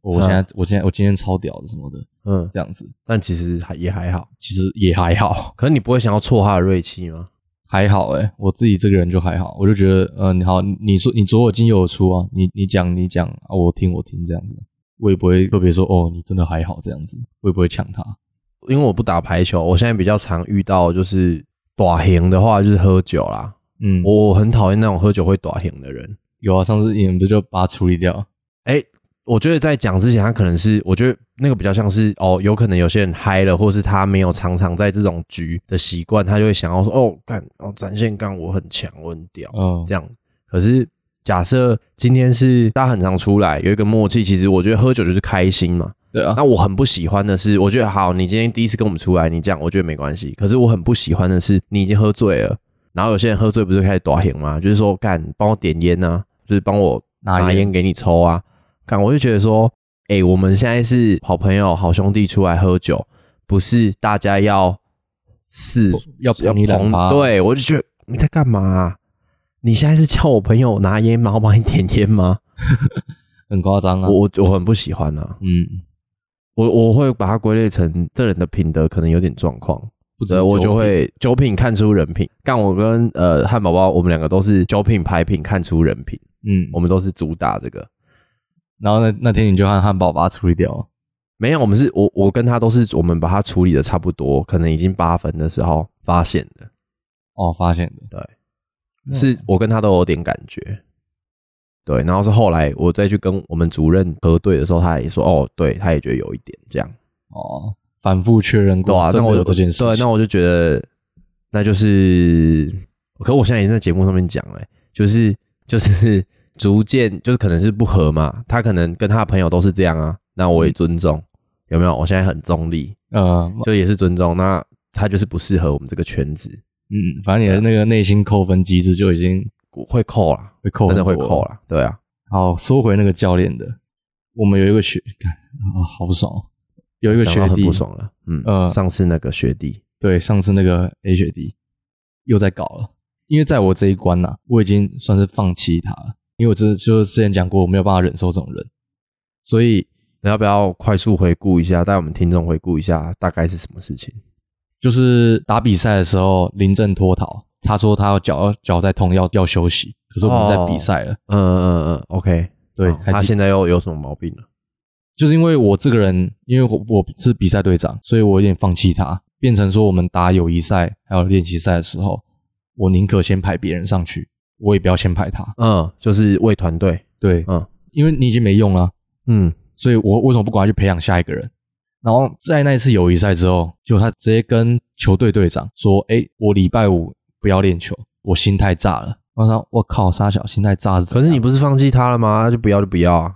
[SPEAKER 2] 哦我现在、我现在我今天超屌的什么的，
[SPEAKER 1] 嗯，
[SPEAKER 2] 这样子
[SPEAKER 1] 但其实还也还好。
[SPEAKER 2] 其实也还好。
[SPEAKER 1] 可是你不会想要挫他的锐气吗？
[SPEAKER 2] 还好诶、我自己这个人就还好，我就觉得，呃，你好，你说你左耳进右耳出啊，你你讲你讲啊，我听我听这样子，我也不会特别说哦，你真的还好这样子，我也不会呛他。
[SPEAKER 1] 因为我不打排球，我现在比较常遇到就是短型的话，就是喝酒啦。
[SPEAKER 2] 嗯，我
[SPEAKER 1] 我很讨厌那种喝酒会短型的人。
[SPEAKER 2] 有啊，上次你们不就把他处理掉？
[SPEAKER 1] 哎、我觉得在讲之前，他可能是我觉得那个比较像是哦，有可能有些人嗨了，或是他没有常常在这种局的习惯，他就会想要说哦，干哦，展现干我很强，我很屌
[SPEAKER 2] 嗯
[SPEAKER 1] 这，样。可是假设今天是大家很常出来，有一个默契，其实我觉得喝酒就是开心嘛。
[SPEAKER 2] 对啊
[SPEAKER 1] 那，我很不喜欢的是，我觉得好，你今天第一次跟我们出来，你这样我觉得没关系。可是我很不喜欢的是，你已经喝醉了，然后有些人喝醉不是开始打行吗？就是说，干，帮我点烟呐、就是帮我
[SPEAKER 2] 拿
[SPEAKER 1] 拿
[SPEAKER 2] 烟
[SPEAKER 1] 烟给你抽啊。干，我就觉得说，哎、我们现在是好朋友、好兄弟出来喝酒，不是大家要是
[SPEAKER 2] 要
[SPEAKER 1] 要
[SPEAKER 2] 捧你两巴，，
[SPEAKER 1] 对我就觉得你在干嘛啊、你现在是叫我朋友拿烟吗？我帮你点烟吗？
[SPEAKER 2] 很夸张啊。
[SPEAKER 1] 我我我很不喜欢啊。
[SPEAKER 2] 嗯，
[SPEAKER 1] 我我会把它归类成这人的品德可能有点状况，
[SPEAKER 2] 不止
[SPEAKER 1] 呃，我
[SPEAKER 2] 酒
[SPEAKER 1] 就
[SPEAKER 2] 品
[SPEAKER 1] 会酒品看出人品。但我跟呃汉堡包，我们两个都是酒品牌品看出人品，
[SPEAKER 2] 嗯，
[SPEAKER 1] 我们都是主打这个。
[SPEAKER 2] 然后那那天你就和汉堡把他处理掉啊了，
[SPEAKER 1] 没有，我们是我我跟他都是我们把它处理的差不多，可能已经八分的时候发现的，
[SPEAKER 2] 哦，发现的，嗯
[SPEAKER 1] 是我跟他都有点感觉。对，然后是后来我再去跟我们主任核对的时候，他也说哦，对，他也觉得有一点这样。
[SPEAKER 2] 哦，反复确认
[SPEAKER 1] 对
[SPEAKER 2] 过，
[SPEAKER 1] 啊，
[SPEAKER 2] 哦真
[SPEAKER 1] 那
[SPEAKER 2] 的
[SPEAKER 1] 我
[SPEAKER 2] 有这件事
[SPEAKER 1] 对，
[SPEAKER 2] 情
[SPEAKER 1] 那我就觉得那就是，可我现在已经在节目上面讲了、就是就是 逐渐就是可能是不合嘛，他可能跟他的朋友都是这样啊，那
[SPEAKER 2] 嗯
[SPEAKER 1] 我也尊重，有没有？我现在很中立，
[SPEAKER 2] 呃，
[SPEAKER 1] 就也是尊重，那他就是不适合我们这个圈子，
[SPEAKER 2] 嗯，反正
[SPEAKER 1] 啊
[SPEAKER 2] 你的那个内心扣分机制就已经
[SPEAKER 1] 我会扣啦，
[SPEAKER 2] 会扣，
[SPEAKER 1] 真的会扣。啦，对啊，
[SPEAKER 2] 好，说回那个教练的，我们有一个学，干啊，好不爽哦！有一个
[SPEAKER 1] 想
[SPEAKER 2] 学
[SPEAKER 1] 到很
[SPEAKER 2] 弟
[SPEAKER 1] 不，爽了，嗯，
[SPEAKER 2] 嗯
[SPEAKER 1] 上次那个学弟，
[SPEAKER 2] 对，上次那个 A 学弟又在搞了，因为在我这一关呐、我已经算是放弃他了，因为我之就是之前讲过，我没有办法忍受这种人，所以
[SPEAKER 1] 你要不要快速回顾一下，带我们听众回顾一下大概是什么事情？
[SPEAKER 2] 就是打比赛的时候，林正脱逃，他说他要脚脚在痛，要要休息，可是我们在比赛了，
[SPEAKER 1] 嗯嗯嗯，OK，
[SPEAKER 2] 对，
[SPEAKER 1] 好
[SPEAKER 2] 还
[SPEAKER 1] 他
[SPEAKER 2] 记
[SPEAKER 1] 现在又有什么毛病了？
[SPEAKER 2] 就是因为我这个人，因为我我是比赛队长，所以我有点放弃他，变成说我们打友谊赛还有练习赛的时候，我宁可先排别人上去，我也不要先排他。
[SPEAKER 1] 嗯，就是为团队，
[SPEAKER 2] 对，
[SPEAKER 1] 嗯
[SPEAKER 2] 因为你已经没用了，啊
[SPEAKER 1] 嗯，
[SPEAKER 2] 所以我为什么不管他去培养下一个人？然后在那一次友谊赛之后，就他直接跟球队队长说：“哎，我礼拜五不要练球，我心态炸了。”我说：“我靠，沙小心态炸是怎
[SPEAKER 1] 可
[SPEAKER 2] 样？”
[SPEAKER 1] 是你不是放弃他了吗？那就不要就不要啊，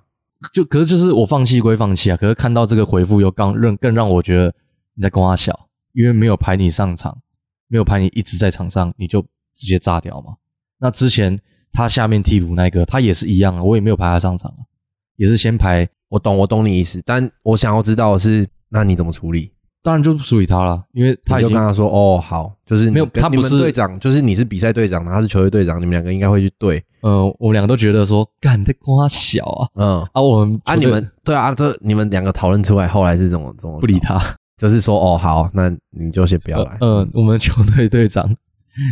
[SPEAKER 2] 就可是就是我放弃归放弃啊，可是看到这个回复又刚让更让我觉得你在跟我小，因为没有排你上场，没有排你一直在场上，你就直接炸掉嘛。那之前他下面替补那个他也是一样啊，我也没有排他上场啊，也是先排，
[SPEAKER 1] 我懂，我懂你意思，但我想要知道的是，那你怎么处理？
[SPEAKER 2] 当然就属于他了，因为他
[SPEAKER 1] 你
[SPEAKER 2] 已
[SPEAKER 1] 就
[SPEAKER 2] 经
[SPEAKER 1] 跟他说，哦，好，就是你
[SPEAKER 2] 没有
[SPEAKER 1] 跟
[SPEAKER 2] 他不
[SPEAKER 1] 你们
[SPEAKER 2] 是
[SPEAKER 1] 队长，就是你是比赛队长，他是球队队长，你们两个应该会去对，
[SPEAKER 2] 呃，我们两个都觉得说，干你在跟我小啊
[SPEAKER 1] 嗯，
[SPEAKER 2] 啊，我们
[SPEAKER 1] 啊，
[SPEAKER 2] 球
[SPEAKER 1] 你
[SPEAKER 2] 队
[SPEAKER 1] 们对啊，这你们两个讨论出来，后来是怎么怎么
[SPEAKER 2] 不理，他，
[SPEAKER 1] 就是说，哦，好，那你就先不要来，
[SPEAKER 2] 呃，我们球队队长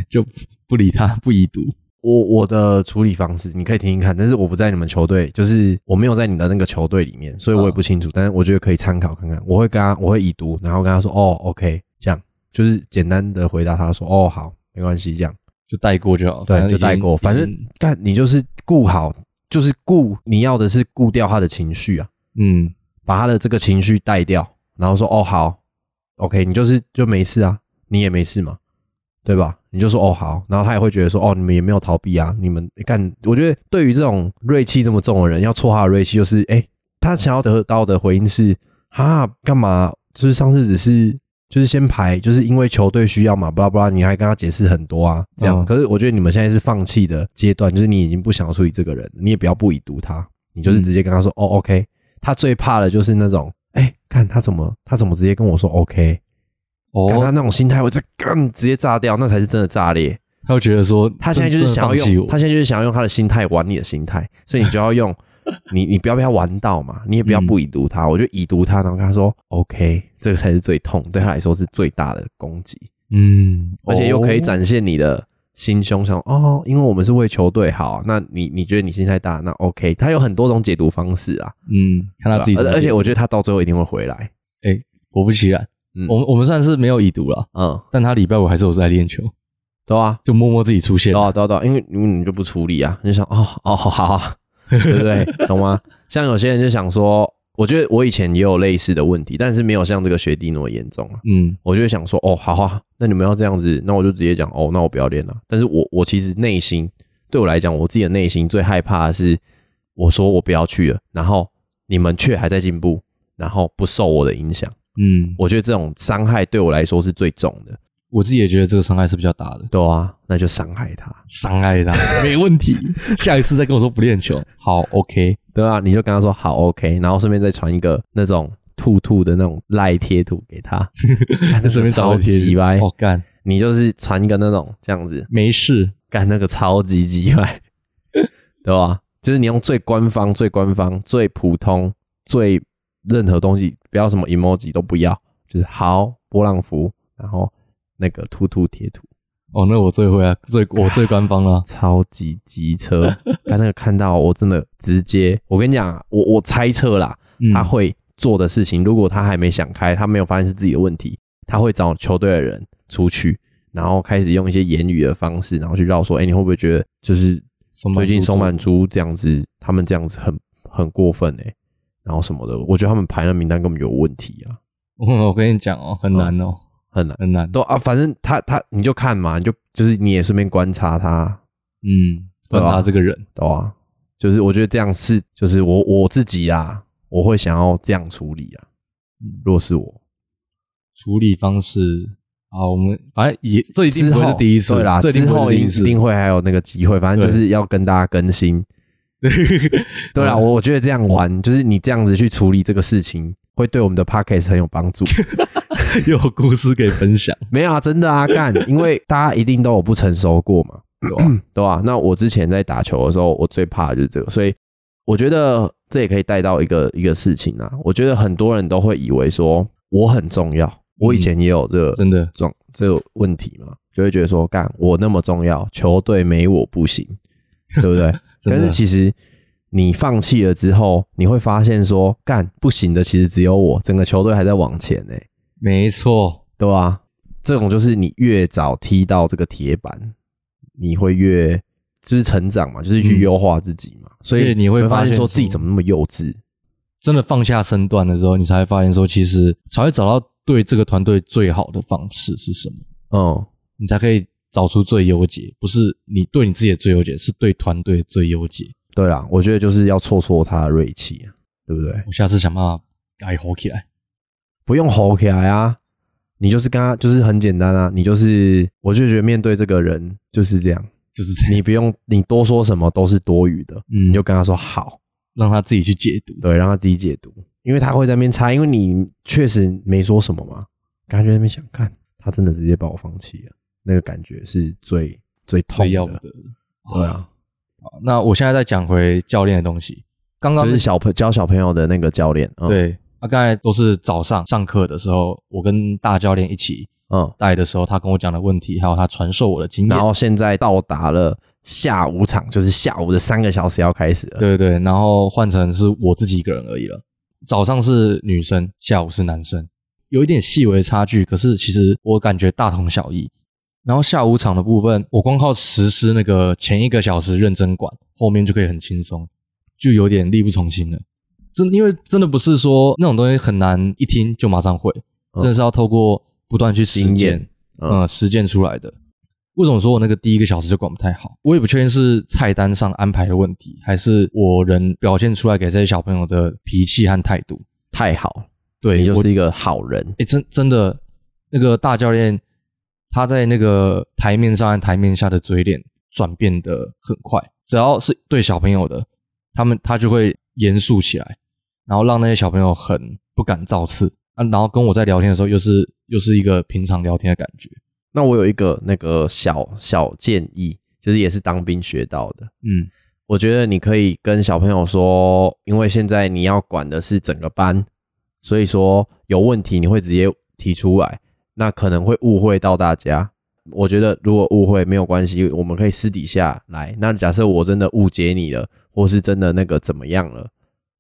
[SPEAKER 2] 就不不理他，不已读。
[SPEAKER 1] 我我的处理方式，你可以听听看，但是我不在你们球队，就是我没有在你的那个球队里面，所以
[SPEAKER 2] 嗯
[SPEAKER 1] 我也不清楚，但是我觉得可以参考看看。我会跟他，我会已读，然后跟他说，哦，OK，这样就是简单的回答他说，哦，好，没关系，这样
[SPEAKER 2] 就带过就好，
[SPEAKER 1] 对
[SPEAKER 2] 反正已
[SPEAKER 1] 就带
[SPEAKER 2] 经
[SPEAKER 1] 过反正
[SPEAKER 2] 已经
[SPEAKER 1] 但你就是顾好，就是顾你要的是顾掉他的情绪啊，
[SPEAKER 2] 嗯，
[SPEAKER 1] 把他的这个情绪带掉，然后说，哦，好，OK，你就是就没事啊，你也没事嘛。对吧？你就说哦好，然后他也会觉得说哦，你们也没有逃避啊，你们干。我觉得对于这种锐气这么重的人，要挫他的锐气，就是哎、诶他想要得到的回应是哈干嘛？就是上次只是就是先排，就是因为球队需要嘛，巴拉巴拉，你还跟他解释很多啊，这样。
[SPEAKER 2] 嗯
[SPEAKER 1] 可是我觉得你们现在是放弃的阶段，就是你已经不想要处理这个人，你也不要不已读他，你就是直接跟他说、哦 OK。他最怕的就是那种哎、诶看他怎么他怎么直接跟我说 OK，看他
[SPEAKER 2] 哦，
[SPEAKER 1] 那种心态，我这干直接炸掉，那才是真的炸裂。
[SPEAKER 2] 他会觉得说，
[SPEAKER 1] 他现在就是
[SPEAKER 2] 真的
[SPEAKER 1] 想要
[SPEAKER 2] 放弃
[SPEAKER 1] 用，
[SPEAKER 2] 我
[SPEAKER 1] 他现在就是想要用他的心态玩你的心态，所以你就要 用你，你不要被他玩到嘛，你也不要不已读他，
[SPEAKER 2] 嗯
[SPEAKER 1] 我就已读他，然后跟他说 OK，这个才是最痛，对他来说是最大的攻击，
[SPEAKER 2] 嗯，
[SPEAKER 1] 而且又可以
[SPEAKER 2] 哦
[SPEAKER 1] 展现你的心胸，想哦，因为我们是为球队好，啊那你你觉得你心态大，那 OK，他有很多种解读方式啊，
[SPEAKER 2] 嗯，看他自己
[SPEAKER 1] 对
[SPEAKER 2] 怎
[SPEAKER 1] 吧
[SPEAKER 2] 么
[SPEAKER 1] 而
[SPEAKER 2] 解
[SPEAKER 1] 而
[SPEAKER 2] 决。
[SPEAKER 1] 且我觉得他到最后一定会回来，
[SPEAKER 2] 果不其然，
[SPEAKER 1] 嗯
[SPEAKER 2] 我们我们算是没有已读了，
[SPEAKER 1] 嗯，
[SPEAKER 2] 但他礼拜五还是有在练球，
[SPEAKER 1] 对啊，
[SPEAKER 2] 就默默自己出现
[SPEAKER 1] 对。啊，对啊，对啊，因为因为你就不处理啊，你就想哦哦好好啊，对不对？懂吗？像有些人就想说，我觉得我以前也有类似的问题，但是没有像这个学弟那么严重啊。
[SPEAKER 2] 嗯，
[SPEAKER 1] 我就会想说，哦，好啊，那你们要这样子，那我就直接讲，哦，那我不要练了。但是我我其实内心对我来讲，我自己的内心最害怕的是，我说我不要去了，然后你们却还在进步，然后不受我的影响。
[SPEAKER 2] 嗯，
[SPEAKER 1] 我觉得这种伤害对我来说是最重的。
[SPEAKER 2] 我自己也觉得这个伤害是比较大的，
[SPEAKER 1] 对啊，那就 伤害他。
[SPEAKER 2] 伤害他 没问题，下一次再跟我说不练球，好，OK，
[SPEAKER 1] 对啊，你就跟他说好 OK，然后顺便再传一个那种兔兔的那种赖贴图给 他，看那
[SPEAKER 2] 随便找
[SPEAKER 1] 超
[SPEAKER 2] 个贴
[SPEAKER 1] 级歪，
[SPEAKER 2] 哦，干，
[SPEAKER 1] 你就是传一个那种这样子，
[SPEAKER 2] 没事，
[SPEAKER 1] 干那个超级鸡 歪，对吧？就是你用最官方、最官方、最普通、最任何东西，不要什么 emoji 都不要，就是好波浪符，然后那个兔兔贴图，
[SPEAKER 2] 哦，那我最会啊，最我最官方 了，
[SPEAKER 1] 超级机车， 刚那个看到我真的直接，我跟你讲啊，我我猜测啦，
[SPEAKER 2] 嗯
[SPEAKER 1] 他会做的事情，如果他还没想开，他没有发现是自己的问题，他会找球队的人出去，然后开始用一些言语的方式，然后去绕说，哎、你会不会觉得就是
[SPEAKER 2] 嗯松满
[SPEAKER 1] 最近
[SPEAKER 2] 足足
[SPEAKER 1] 松满猪这样子，他们这样子很很过分哎、然后什么的，我觉得他们排的名单根本有问题啊，
[SPEAKER 2] 嗯 我跟你讲哦，很难哦，
[SPEAKER 1] 很难
[SPEAKER 2] 很难，
[SPEAKER 1] 嗯都啊，反正他他你就看嘛，你就就是你也顺便观察他，
[SPEAKER 2] 嗯，
[SPEAKER 1] 对
[SPEAKER 2] 观
[SPEAKER 1] 吧
[SPEAKER 2] 察这个人。
[SPEAKER 1] 对吧、就是我觉得这样是，就是我我自己啊，我会想要这样处理啊，
[SPEAKER 2] 嗯
[SPEAKER 1] 如果是我，
[SPEAKER 2] 处理方式啊，我们反正也这一定
[SPEAKER 1] 之
[SPEAKER 2] 不会
[SPEAKER 1] 后
[SPEAKER 2] 是第一次
[SPEAKER 1] 对啦，
[SPEAKER 2] 这一
[SPEAKER 1] 之
[SPEAKER 2] 定不
[SPEAKER 1] 后
[SPEAKER 2] 会
[SPEAKER 1] 一
[SPEAKER 2] 是第一
[SPEAKER 1] 一
[SPEAKER 2] 次。
[SPEAKER 1] 定会还有那个机会，反正就是要跟大家更新。对啦，
[SPEAKER 2] 嗯
[SPEAKER 1] 我我觉得这样玩，就是你这样子去处理这个事情，会对我们的 podcast 很有帮 助。
[SPEAKER 2] 又 有故事可以 分享，
[SPEAKER 1] 没有啊，真 的啊，干，因为大家一定都有不成熟过嘛，
[SPEAKER 2] 对啊吧？
[SPEAKER 1] 对吧、那我之前在打球的时候，我最怕的就是这个，所以我觉得这也可以带到一个一个事情啊。我觉得很多人都会以为说我很重要，我以前也有这个
[SPEAKER 2] 真的，
[SPEAKER 1] 状 这个问题嘛，就会觉得说，干我那么重要，球队没我不行。对不对？
[SPEAKER 2] 真
[SPEAKER 1] 但
[SPEAKER 2] 的
[SPEAKER 1] 是其实你放弃了之后，你会发现说，干不行的，其实只有我，整个球队还在往前呢、
[SPEAKER 2] 没错，
[SPEAKER 1] 对吧、这种就是你越早踢到这个铁板，你会越就是成长嘛，就是去
[SPEAKER 2] 嗯
[SPEAKER 1] 优化自己嘛，所
[SPEAKER 2] 而且
[SPEAKER 1] 以
[SPEAKER 2] 你会
[SPEAKER 1] 会
[SPEAKER 2] 发
[SPEAKER 1] 现
[SPEAKER 2] 现
[SPEAKER 1] 说自己
[SPEAKER 2] 说
[SPEAKER 1] 怎么那么幼稚，
[SPEAKER 2] 真的放下身段的时候，你才会发现说，其实才会找到对这个团队最好的方式是什么，
[SPEAKER 1] 嗯，
[SPEAKER 2] 你才可以找出最优解，不是你对你自己的最优解，是对团队的最优解。
[SPEAKER 1] 对啦，我觉得就是要挫挫他的锐气啊，对不对？
[SPEAKER 2] 我下次想办法改活起来。
[SPEAKER 1] 不用吼起来啊，你就是跟他就是很简单啊，你就是我就觉得面对这个人就是这样，
[SPEAKER 2] 就是这样，
[SPEAKER 1] 你不用你多说什么都是多余的，
[SPEAKER 2] 嗯
[SPEAKER 1] 你就跟他说好，
[SPEAKER 2] 让他自己去解读。
[SPEAKER 1] 对，让他自己解读，因为他会在那边猜，因为你确实没说什么嘛，感觉在那边想看，他真的直接把我放弃了，那个感觉是最最痛
[SPEAKER 2] 最要不
[SPEAKER 1] 的，
[SPEAKER 2] 得的。
[SPEAKER 1] 对啊，
[SPEAKER 2] 好，那我现在再讲回教练的东西。刚刚
[SPEAKER 1] 就是
[SPEAKER 2] 那
[SPEAKER 1] 小朋教小朋友的那个教练，嗯，
[SPEAKER 2] 对，啊，刚才都是早上上课的时候，我跟大教练一起
[SPEAKER 1] 嗯，
[SPEAKER 2] 带的时候，他跟我讲的问题，还有他传授我的经验。
[SPEAKER 1] 然后现在到达了下午场，就是下午的三个小时要开始了，
[SPEAKER 2] 对对对，然后换成是我自己一个人而已了。早上是女生，下午是男生，有一点细微的差距，可是其实我感觉大同小异。然后下午场的部分，我光靠实施那个前一个小时认真管，后面就可以很轻松，就有点力不从心了。真因为真的不是说那种东西很难一听就马上会，真的是要透过不断去实
[SPEAKER 1] 嗯经
[SPEAKER 2] 践
[SPEAKER 1] 验，
[SPEAKER 2] 嗯，实践出来的。为什么说我那个第一个小时就管不太好？我也不确定是菜单上安排的问题，还是我人表现出来给这些小朋友的脾气和态度。
[SPEAKER 1] 太好了，
[SPEAKER 2] 对，
[SPEAKER 1] 你就
[SPEAKER 2] 我
[SPEAKER 1] 是一个好人，
[SPEAKER 2] 诶，真真的那个大教练，他在那个台面上和台面下的嘴脸转变的很快，只要是对小朋友的，他们他就会严肃起来，然后让那些小朋友很不敢造次啊。然后跟我在聊天的时候，又是又是一个平常聊天的感觉。
[SPEAKER 1] 那我有一个那个小小建议，就是也是当兵学到的。
[SPEAKER 2] 嗯，
[SPEAKER 1] 我觉得你可以跟小朋友说，因为现在你要管的是整个班，所以说有问题你会直接提出来，那可能会误会到大家。我觉得如果误会没有关系，我们可以私底下来。那假设我真的误解你了，或是真的那个怎么样了，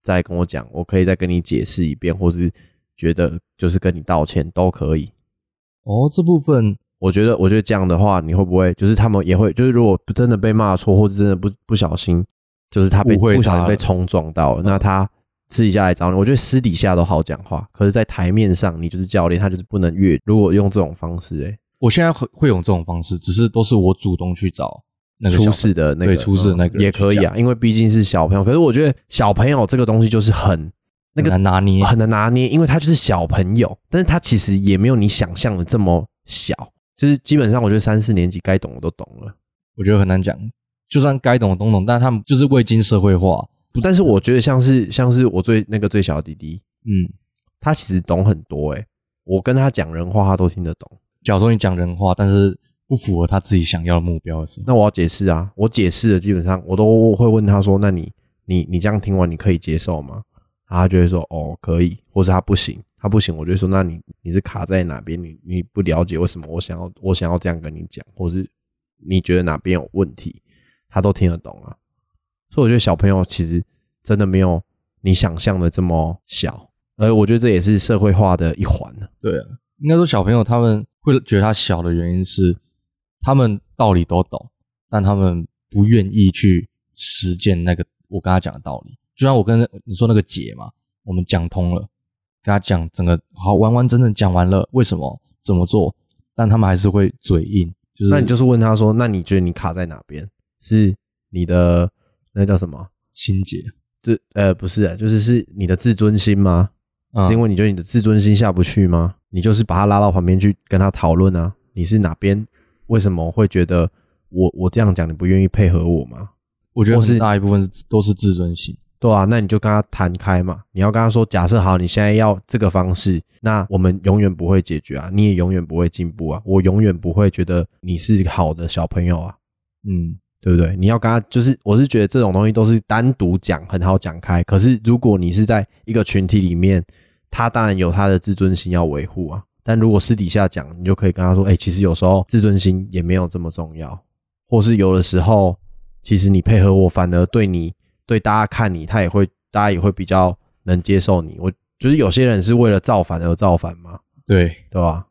[SPEAKER 1] 再跟我讲，我可以再跟你解释一遍，或是觉得就是跟你道歉都可以。
[SPEAKER 2] 哦，这部分
[SPEAKER 1] 我觉得，我觉得这样的话，你会不会就是他们也会就是如果真的被骂错，或者真的不不小心，就是他被
[SPEAKER 2] 误会他
[SPEAKER 1] 不小心被
[SPEAKER 2] 了嗯
[SPEAKER 1] 冲撞到了，那他私底下来找你，我觉得私底下都好讲话，可是，在台面上你就是教练，他就是不能越。如果用这种方式、欸，
[SPEAKER 2] 我现在会会有这种方式，只是都是我主动去找那个小
[SPEAKER 1] 出
[SPEAKER 2] 朋友
[SPEAKER 1] 事的那个
[SPEAKER 2] 对出事的那个人
[SPEAKER 1] 也可以啊，因为毕竟是小朋友。可是我觉得小朋友这个东西就是很那个
[SPEAKER 2] 很难拿捏，
[SPEAKER 1] 很难拿捏，因为他就是小朋友，但是他其实也没有你想象的这么小，就是基本上我觉得三四年级该懂的都懂了。
[SPEAKER 2] 我觉得很难讲。就算该懂的都懂，但他们就是未经社会化。
[SPEAKER 1] 但是我觉得像是像是我最那个最小的弟弟，
[SPEAKER 2] 嗯，
[SPEAKER 1] 他其实懂很多诶、欸我跟他讲人话，他都听得懂。
[SPEAKER 2] 假如说你讲人话，但是不符合他自己想要的目标的时候，
[SPEAKER 1] 那我要解释啊，我解释了，基本上我都会问他说：“那你你你这样听完，你可以接受吗？”然后他就会说：“哦，可以。”或是他不行，他不行，我就会说：“那你你是卡在哪边？你你不了解为什么我想要我想要这样跟你讲，或是你觉得哪边有问题，他都听得懂啊。”所以我觉得小朋友其实真的没有你想象的这么小，而我觉得这也是社会化的一环呢。
[SPEAKER 2] 对啊，应该说小朋友他们会觉得他小的原因是，他们道理都懂，但他们不愿意去实践那个我跟他讲的道理。就像我跟你说那个姐嘛，我们讲通了，跟他讲整个好完完整整讲完了，为什么怎么做，但他们还是会嘴硬，就是
[SPEAKER 1] 那你就是问他说：“那你觉得你卡在哪边？是你的那叫什么？”
[SPEAKER 2] 心结，
[SPEAKER 1] 对，呃，不是啊，就是是你的自尊心吗？
[SPEAKER 2] 嗯
[SPEAKER 1] 是因为你觉得你的自尊心下不去吗？你就是把他拉到旁边去跟他讨论啊，你是哪边？为什么会觉得我我这样讲你不愿意配合我吗？
[SPEAKER 2] 我觉得
[SPEAKER 1] 或是
[SPEAKER 2] 很大一部分是都是自尊心。
[SPEAKER 1] 对啊，那你就跟他谈开嘛。你要跟他说，假设好，你现在要这个方式，那我们永远不会解决啊，你也永远不会进步啊，我永远不会觉得你是好的小朋友啊。
[SPEAKER 2] 嗯，
[SPEAKER 1] 对不对？你要跟他就是，我是觉得这种东西都是单独讲很好讲开，可是如果你是在一个群体里面，他当然有他的自尊心要维护啊。但如果私底下讲，你就可以跟他说，哎、其实有时候自尊心也没有这么重要，或是有的时候其实你配合我，反而对你对大家看你，他也会大家也会比较能接受你。我就是有些人是为了造反而造反嘛，
[SPEAKER 2] 对，
[SPEAKER 1] 对吧？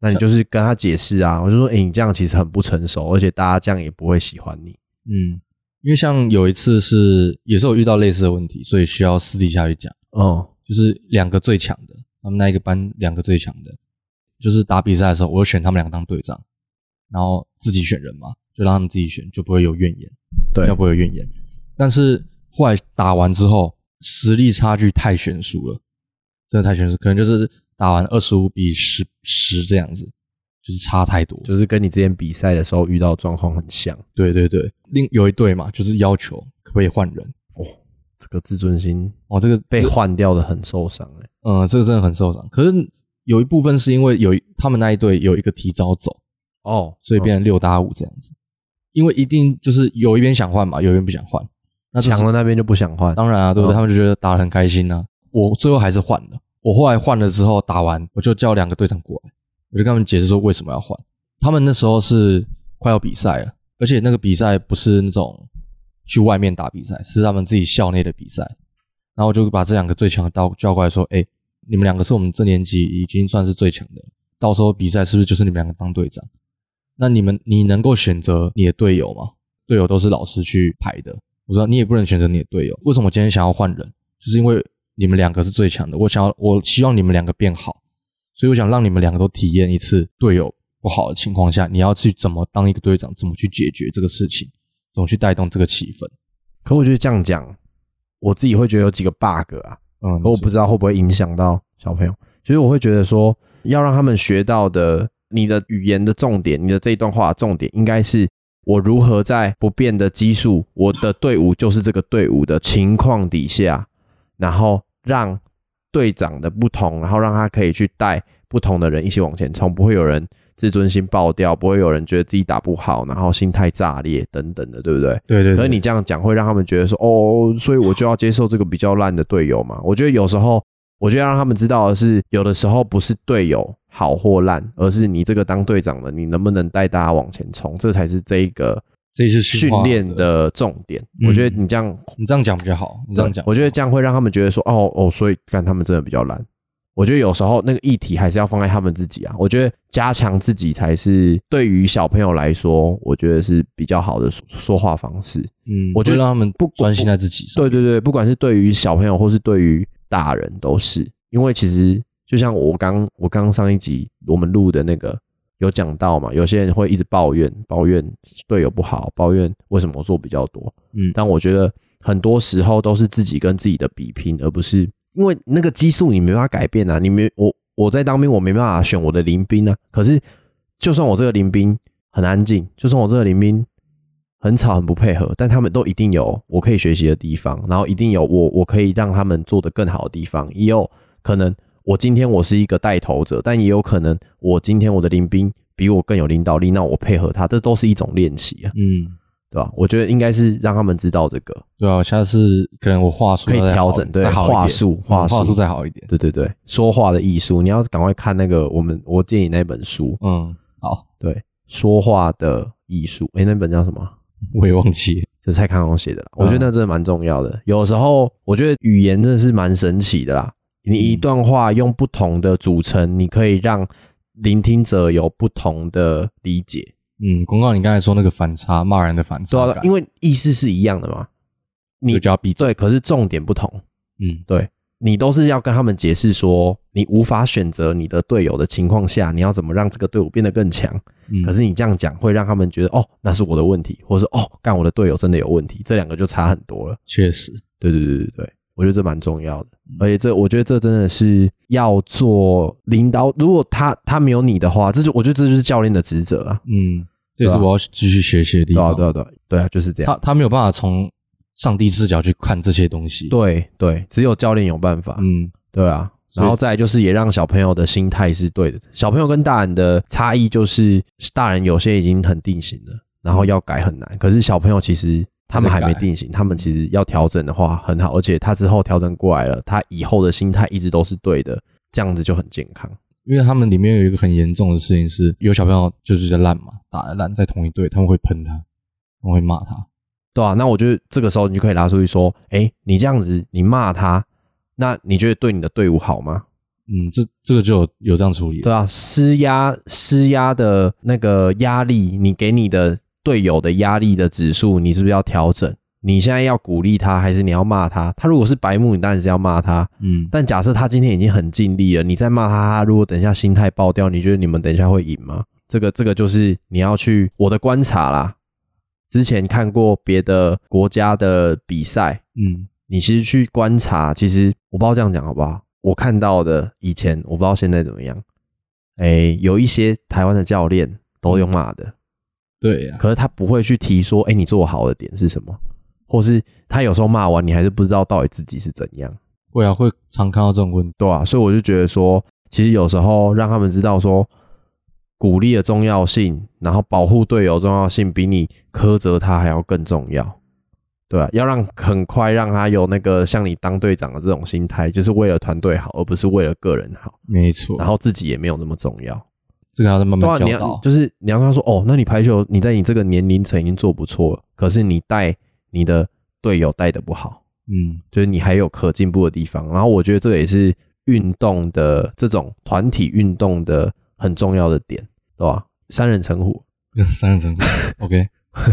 [SPEAKER 1] 那你就是跟他解释啊，我就说，哎、你这样其实很不成熟，而且大家这样也不会喜欢你。
[SPEAKER 2] 嗯，因为像有一次是也是有遇到类似的问题，所以需要私底下去讲，
[SPEAKER 1] 嗯
[SPEAKER 2] 就是两个最强的，他们那一个班两个最强的，就是打比赛的时候，我就选他们两个当队长，然后自己选人嘛，就让他们自己选，就不会有怨言，
[SPEAKER 1] 对
[SPEAKER 2] 比较不会有怨言。但是后来打完之后，实力差距太悬殊了，真的太悬殊，可能就是打完二十五比十十这样子，就是差太多。
[SPEAKER 1] 就是跟你之前比赛的时候遇到的状况很像，
[SPEAKER 2] 对对对，另有一队嘛，就是要求可不可以换人。
[SPEAKER 1] 这个自尊心
[SPEAKER 2] 哦，这个
[SPEAKER 1] 被
[SPEAKER 2] 这个
[SPEAKER 1] 换掉的很受伤、欸，
[SPEAKER 2] 嗯，这个真的很受伤。可是有一部分是因为有一他们那一队有一个提早走，
[SPEAKER 1] 哦，
[SPEAKER 2] 所以变成六打五这样子。因为一定就是有一边想换嘛，有一边不想换。那就是
[SPEAKER 1] 哦强了那边就不想换，
[SPEAKER 2] 当然啊，对不对？
[SPEAKER 1] 嗯
[SPEAKER 2] 他们就觉得打得很开心啊。我最后还是换了。我后来换了之后打完，我就叫两个队长过来，我就跟他们解释说为什么要换。他们那时候是快要比赛了，而且那个比赛不是那种去外面打比赛，是他们自己校内的比赛。然后我就把这两个最强的刀叫过来说：“哎、你们两个是我们这年级已经算是最强的，到时候比赛是不是就是你们两个当队长？那你们你能够选择你的队友吗？队友都是老师去排的，我知道你也不能选择你的队友。为什么我今天想要换人？就是因为你们两个是最强的，我想要我希望你们两个变好，所以我想让你们两个都体验一次队友不好的情况下，你要去怎么当一个队长，怎么去解决这个事情，怎么去带动这个气氛。
[SPEAKER 1] 可我觉得这样讲，我自己会觉得有几个 bug 啊，
[SPEAKER 2] 嗯，
[SPEAKER 1] 可我不知道会不会影响到小朋友。其实我会觉得说，要让他们学到的，你的语言的重点，你的这一段话的重点，应该是我如何在不变的基数，我的队伍就是这个队伍的情况底下，然后让队长的不同，然后让他可以去带不同的人一起往前冲，不会有人自尊心爆掉，不会有人觉得自己打不好，然后心态炸裂等等的，对不对？
[SPEAKER 2] 对对
[SPEAKER 1] 可是你这样讲会让他们觉得说，哦，所以我就要接受这个比较烂的队友嘛。我觉得有时候，我觉得要让他们知道的是，有的时候不是队友好或烂，而是你这个当队长的，你能不能带大家往前冲，这才是这一个
[SPEAKER 2] 这是
[SPEAKER 1] 训练，的重点。
[SPEAKER 2] 嗯
[SPEAKER 1] 我觉得你这样，
[SPEAKER 2] 你这样讲比较好。你这样讲，
[SPEAKER 1] 我觉得这样会让他们觉得说，哦哦，所以看他们真的比较烂。我觉得有时候那个议题还是要放在他们自己啊。我觉得加强自己才是对于小朋友来说，我觉得是比较好的说说话方式。
[SPEAKER 2] 嗯，
[SPEAKER 1] 我觉得
[SPEAKER 2] 会让他们
[SPEAKER 1] 不
[SPEAKER 2] 专心在自己上。
[SPEAKER 1] 对对对，不管是对于小朋友或是对于大人都是，因为其实就像我刚我刚上一集我们录的那个有讲到嘛，有些人会一直抱怨抱怨队友不好，抱怨为什么我做比较多，
[SPEAKER 2] 嗯
[SPEAKER 1] 但我觉得很多时候都是自己跟自己的比拼，而不是因为那个基数你没办法改变啊，你没我我在当兵我没办法选我的临兵啊，可是就算我这个临兵很安静，就算我这个临兵很吵很不配合，但他们都一定有我可以学习的地方，然后一定有我我可以让他们做得更好的地方，也有可能我今天我是一个带头者，但也有可能我今天我的临兵比我更有领导力，那我配合他，这都是一种练习啊，
[SPEAKER 2] 嗯，
[SPEAKER 1] 对吧？我觉得应该是让他们知道这个，
[SPEAKER 2] 对啊，下次可能我话术
[SPEAKER 1] 可以
[SPEAKER 2] 再好
[SPEAKER 1] 调整对
[SPEAKER 2] 再好一点
[SPEAKER 1] 话术
[SPEAKER 2] 嗯
[SPEAKER 1] 话术
[SPEAKER 2] 话术再好一点。
[SPEAKER 1] 对对对，说话的艺术，你要赶快看那个我们我建议那本书，
[SPEAKER 2] 嗯，好，
[SPEAKER 1] 对，说话的艺术，诶，那本叫什么啊？
[SPEAKER 2] 我也忘记了。
[SPEAKER 1] 就是蔡康永写的啦。我觉
[SPEAKER 2] 嗯
[SPEAKER 1] 得那真的蛮重要的。有时候我觉得语言真的是蛮神奇的啦。你一
[SPEAKER 2] 嗯
[SPEAKER 1] 段话用不同的组成，你可以让聆听者有不同的理解，
[SPEAKER 2] 嗯，公告，你刚才说那个反差，骂人的反
[SPEAKER 1] 对
[SPEAKER 2] 差
[SPEAKER 1] 啊
[SPEAKER 2] 感，，
[SPEAKER 1] 因为意思是一样的嘛。你
[SPEAKER 2] 就叫闭嘴。
[SPEAKER 1] 对，可是重点不同。
[SPEAKER 2] 嗯，
[SPEAKER 1] 你都是要跟他们解释说，你无法选择你的队友的情况下，你要怎么让这个队伍变得更强。
[SPEAKER 2] 嗯
[SPEAKER 1] 可是你这样讲，会让他们觉得哦，那是我的问题，或者是哦，干我的队友真的有问题。这两个就差很多了。
[SPEAKER 2] 确实，
[SPEAKER 1] 对对对对对，我觉得这蛮重要的。而且这，我觉得这真的是要做领导。如果他他没有你的话，这就我觉得这就是教练的职责啊。
[SPEAKER 2] 嗯，这也是
[SPEAKER 1] 对啊
[SPEAKER 2] 我要继续学习的地
[SPEAKER 1] 对啊，
[SPEAKER 2] 方。
[SPEAKER 1] 对啊，对啊，对啊，就是这样。
[SPEAKER 2] 他他没有办法从上帝视角去看这些东西。，
[SPEAKER 1] 对对，只有教练有办法。
[SPEAKER 2] 嗯，
[SPEAKER 1] 对啊，
[SPEAKER 2] 所以
[SPEAKER 1] 然后再来就是也让小朋友的心态是对的。小朋友跟大人的差异就是，大人有些已经很定型了，然后要改很难。可是小朋友其实他们还没定型，他们其实要调整的话很好，而且他之后调整过来了，他以后的心态一直都是对的，这样子就很健康。
[SPEAKER 2] 因为他们里面有一个很严重的事情是，有小朋友就是在烂嘛，打的烂，在同一队，他们会喷他，他们会骂他。
[SPEAKER 1] 对啊吧、那我觉得这个时候你就可以拿出去说，哎、你这样子你骂他，那你觉得对你的队伍好吗？
[SPEAKER 2] 嗯，这这个就有有这样处理了。
[SPEAKER 1] 对啊，施压施压的那个压力，你给你的队友的压力的指数，你是不是要调整？你现在要鼓励他，还是你要骂他？他如果是白目，你当然是要骂他。
[SPEAKER 2] 嗯，
[SPEAKER 1] 但假设他今天已经很尽力了，你再骂他，他如果等一下心态爆掉，你觉得你们等一下会赢吗？这个这个就是你要去我的观察啦。之前看过别的国家的比赛，
[SPEAKER 2] 嗯，
[SPEAKER 1] 你其实去观察，其实我不知道这样讲好不好。我看到的以前，我不知道现在怎么样。哎、有一些台湾的教练都用骂的，
[SPEAKER 2] 对呀、
[SPEAKER 1] 可是他不会去提说，哎、你做好的点是什么，或是他有时候骂完，你还是不知道到底自己是怎样。
[SPEAKER 2] 会啊，会常看到这种问题。
[SPEAKER 1] 对啊，所以我就觉得说，其实有时候让他们知道说鼓励的重要性，然后保护队友的重要性，比你苛责他还要更重要。对啊，要让很快让他有那个像你当队长的这种心态，就是为了团队好，而不是为了个人好，
[SPEAKER 2] 没错，
[SPEAKER 1] 然后自己也没有那么重要。
[SPEAKER 2] 这个还要再慢
[SPEAKER 1] 啊对
[SPEAKER 2] 慢
[SPEAKER 1] 啊，
[SPEAKER 2] 教
[SPEAKER 1] 你要
[SPEAKER 2] 导。
[SPEAKER 1] 就是你要跟他说，哦，那你排球你在你这个年龄层已经做不错了，可是你带你的队友带的不好，
[SPEAKER 2] 嗯，
[SPEAKER 1] 就是你还有可进步的地方。然后我觉得这个也是运动的这种团体运动的很重要的点，对吧？三人成虎，
[SPEAKER 2] 三人成虎，OK，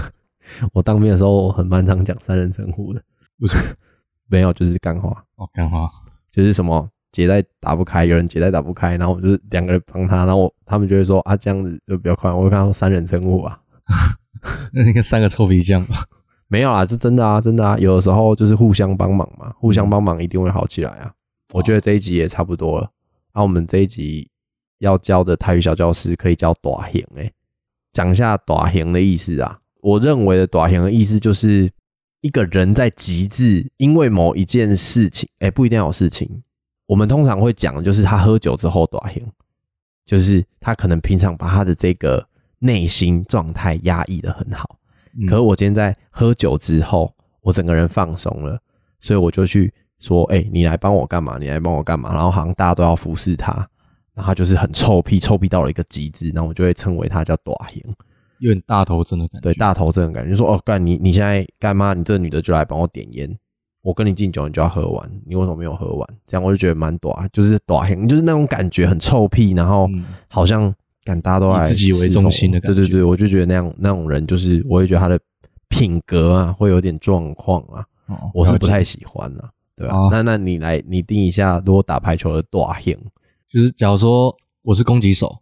[SPEAKER 1] 我当兵的时候我很漫常讲三人成虎的，
[SPEAKER 2] 为什么？
[SPEAKER 1] 没有就是干话，
[SPEAKER 2] 哦，干话，
[SPEAKER 1] 就是什么解带打不开，有人解带打不开，然后我就是两个人帮他，然后我他们就会说啊这样子就比较快，我会跟他说三人成虎啊，
[SPEAKER 2] 那你看三个臭皮匠吧。
[SPEAKER 1] 没有啦，是真的啊，真的啊，有的时候就是互相帮忙嘛，互相帮忙一定会好起来啊。我觉得这一集也差不多了。那、我们这一集要教的台语小教师可以教短行诶，欸讲一下短行的意思啊。我认为的短行的意思就是一个人在极致，因为某一件事情，哎、不一定要有事情。我们通常会讲的就是他喝酒之后短行，就是他可能平常把他的这个内心状态压抑的很好。
[SPEAKER 2] 嗯
[SPEAKER 1] 可是我今天在喝酒之后，我整个人放松了，所以我就去说：“哎、你来帮我干嘛？你来帮我干嘛？”然后好像大家都要服侍他，然后他就是很臭屁，臭屁到了一个极致，然后我就会称为他叫“短型
[SPEAKER 2] 有点大头针的感”，觉。
[SPEAKER 1] 对大头这种感觉，就说：“哦，干你你现在干嘛？你这女的就来帮我点烟，我跟你敬酒，你就要喝完，你为什么没有喝完？”这样我就觉得蛮短，就是短型，就是那种感觉很臭屁，然后
[SPEAKER 2] 嗯
[SPEAKER 1] 好像感大家都
[SPEAKER 2] 以
[SPEAKER 1] 来
[SPEAKER 2] 自己为
[SPEAKER 1] 侍
[SPEAKER 2] 中
[SPEAKER 1] 奉
[SPEAKER 2] 心的感
[SPEAKER 1] 对对
[SPEAKER 2] 觉
[SPEAKER 1] 对，我就觉得那样那种人，就是我会觉得他的品格啊会有点状况啊，
[SPEAKER 2] 哦
[SPEAKER 1] 我是
[SPEAKER 2] 了
[SPEAKER 1] 不
[SPEAKER 2] 解
[SPEAKER 1] 太喜欢啊。对啊，
[SPEAKER 2] 哦
[SPEAKER 1] 那那你来你定一下，如果打排球的大型，
[SPEAKER 2] 就是假如说我是攻击手，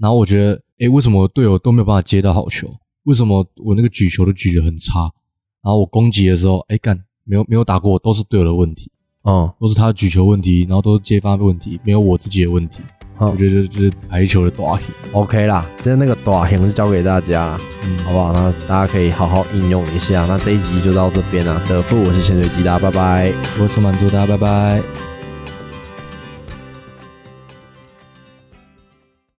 [SPEAKER 2] 然后我觉得，诶，为什么我队友都没有办法接到好球？为什么我那个举球都举得很差？然后我攻击的时候，诶，干没有没有打过，都是队友的问题，
[SPEAKER 1] 嗯，
[SPEAKER 2] 都是他的举球问题，然后都是接发问题，没有我自己的问题。
[SPEAKER 1] 嗯
[SPEAKER 2] 我觉得这是排球的大题。
[SPEAKER 1] OK 啦，今天那个短型就交给大家啦，
[SPEAKER 2] 嗯，
[SPEAKER 1] 好不好？那大家可以好好应用一下。那这一集就到这边啦，德富，我是潜水机啦，拜拜。
[SPEAKER 2] 我是满足大家，拜拜。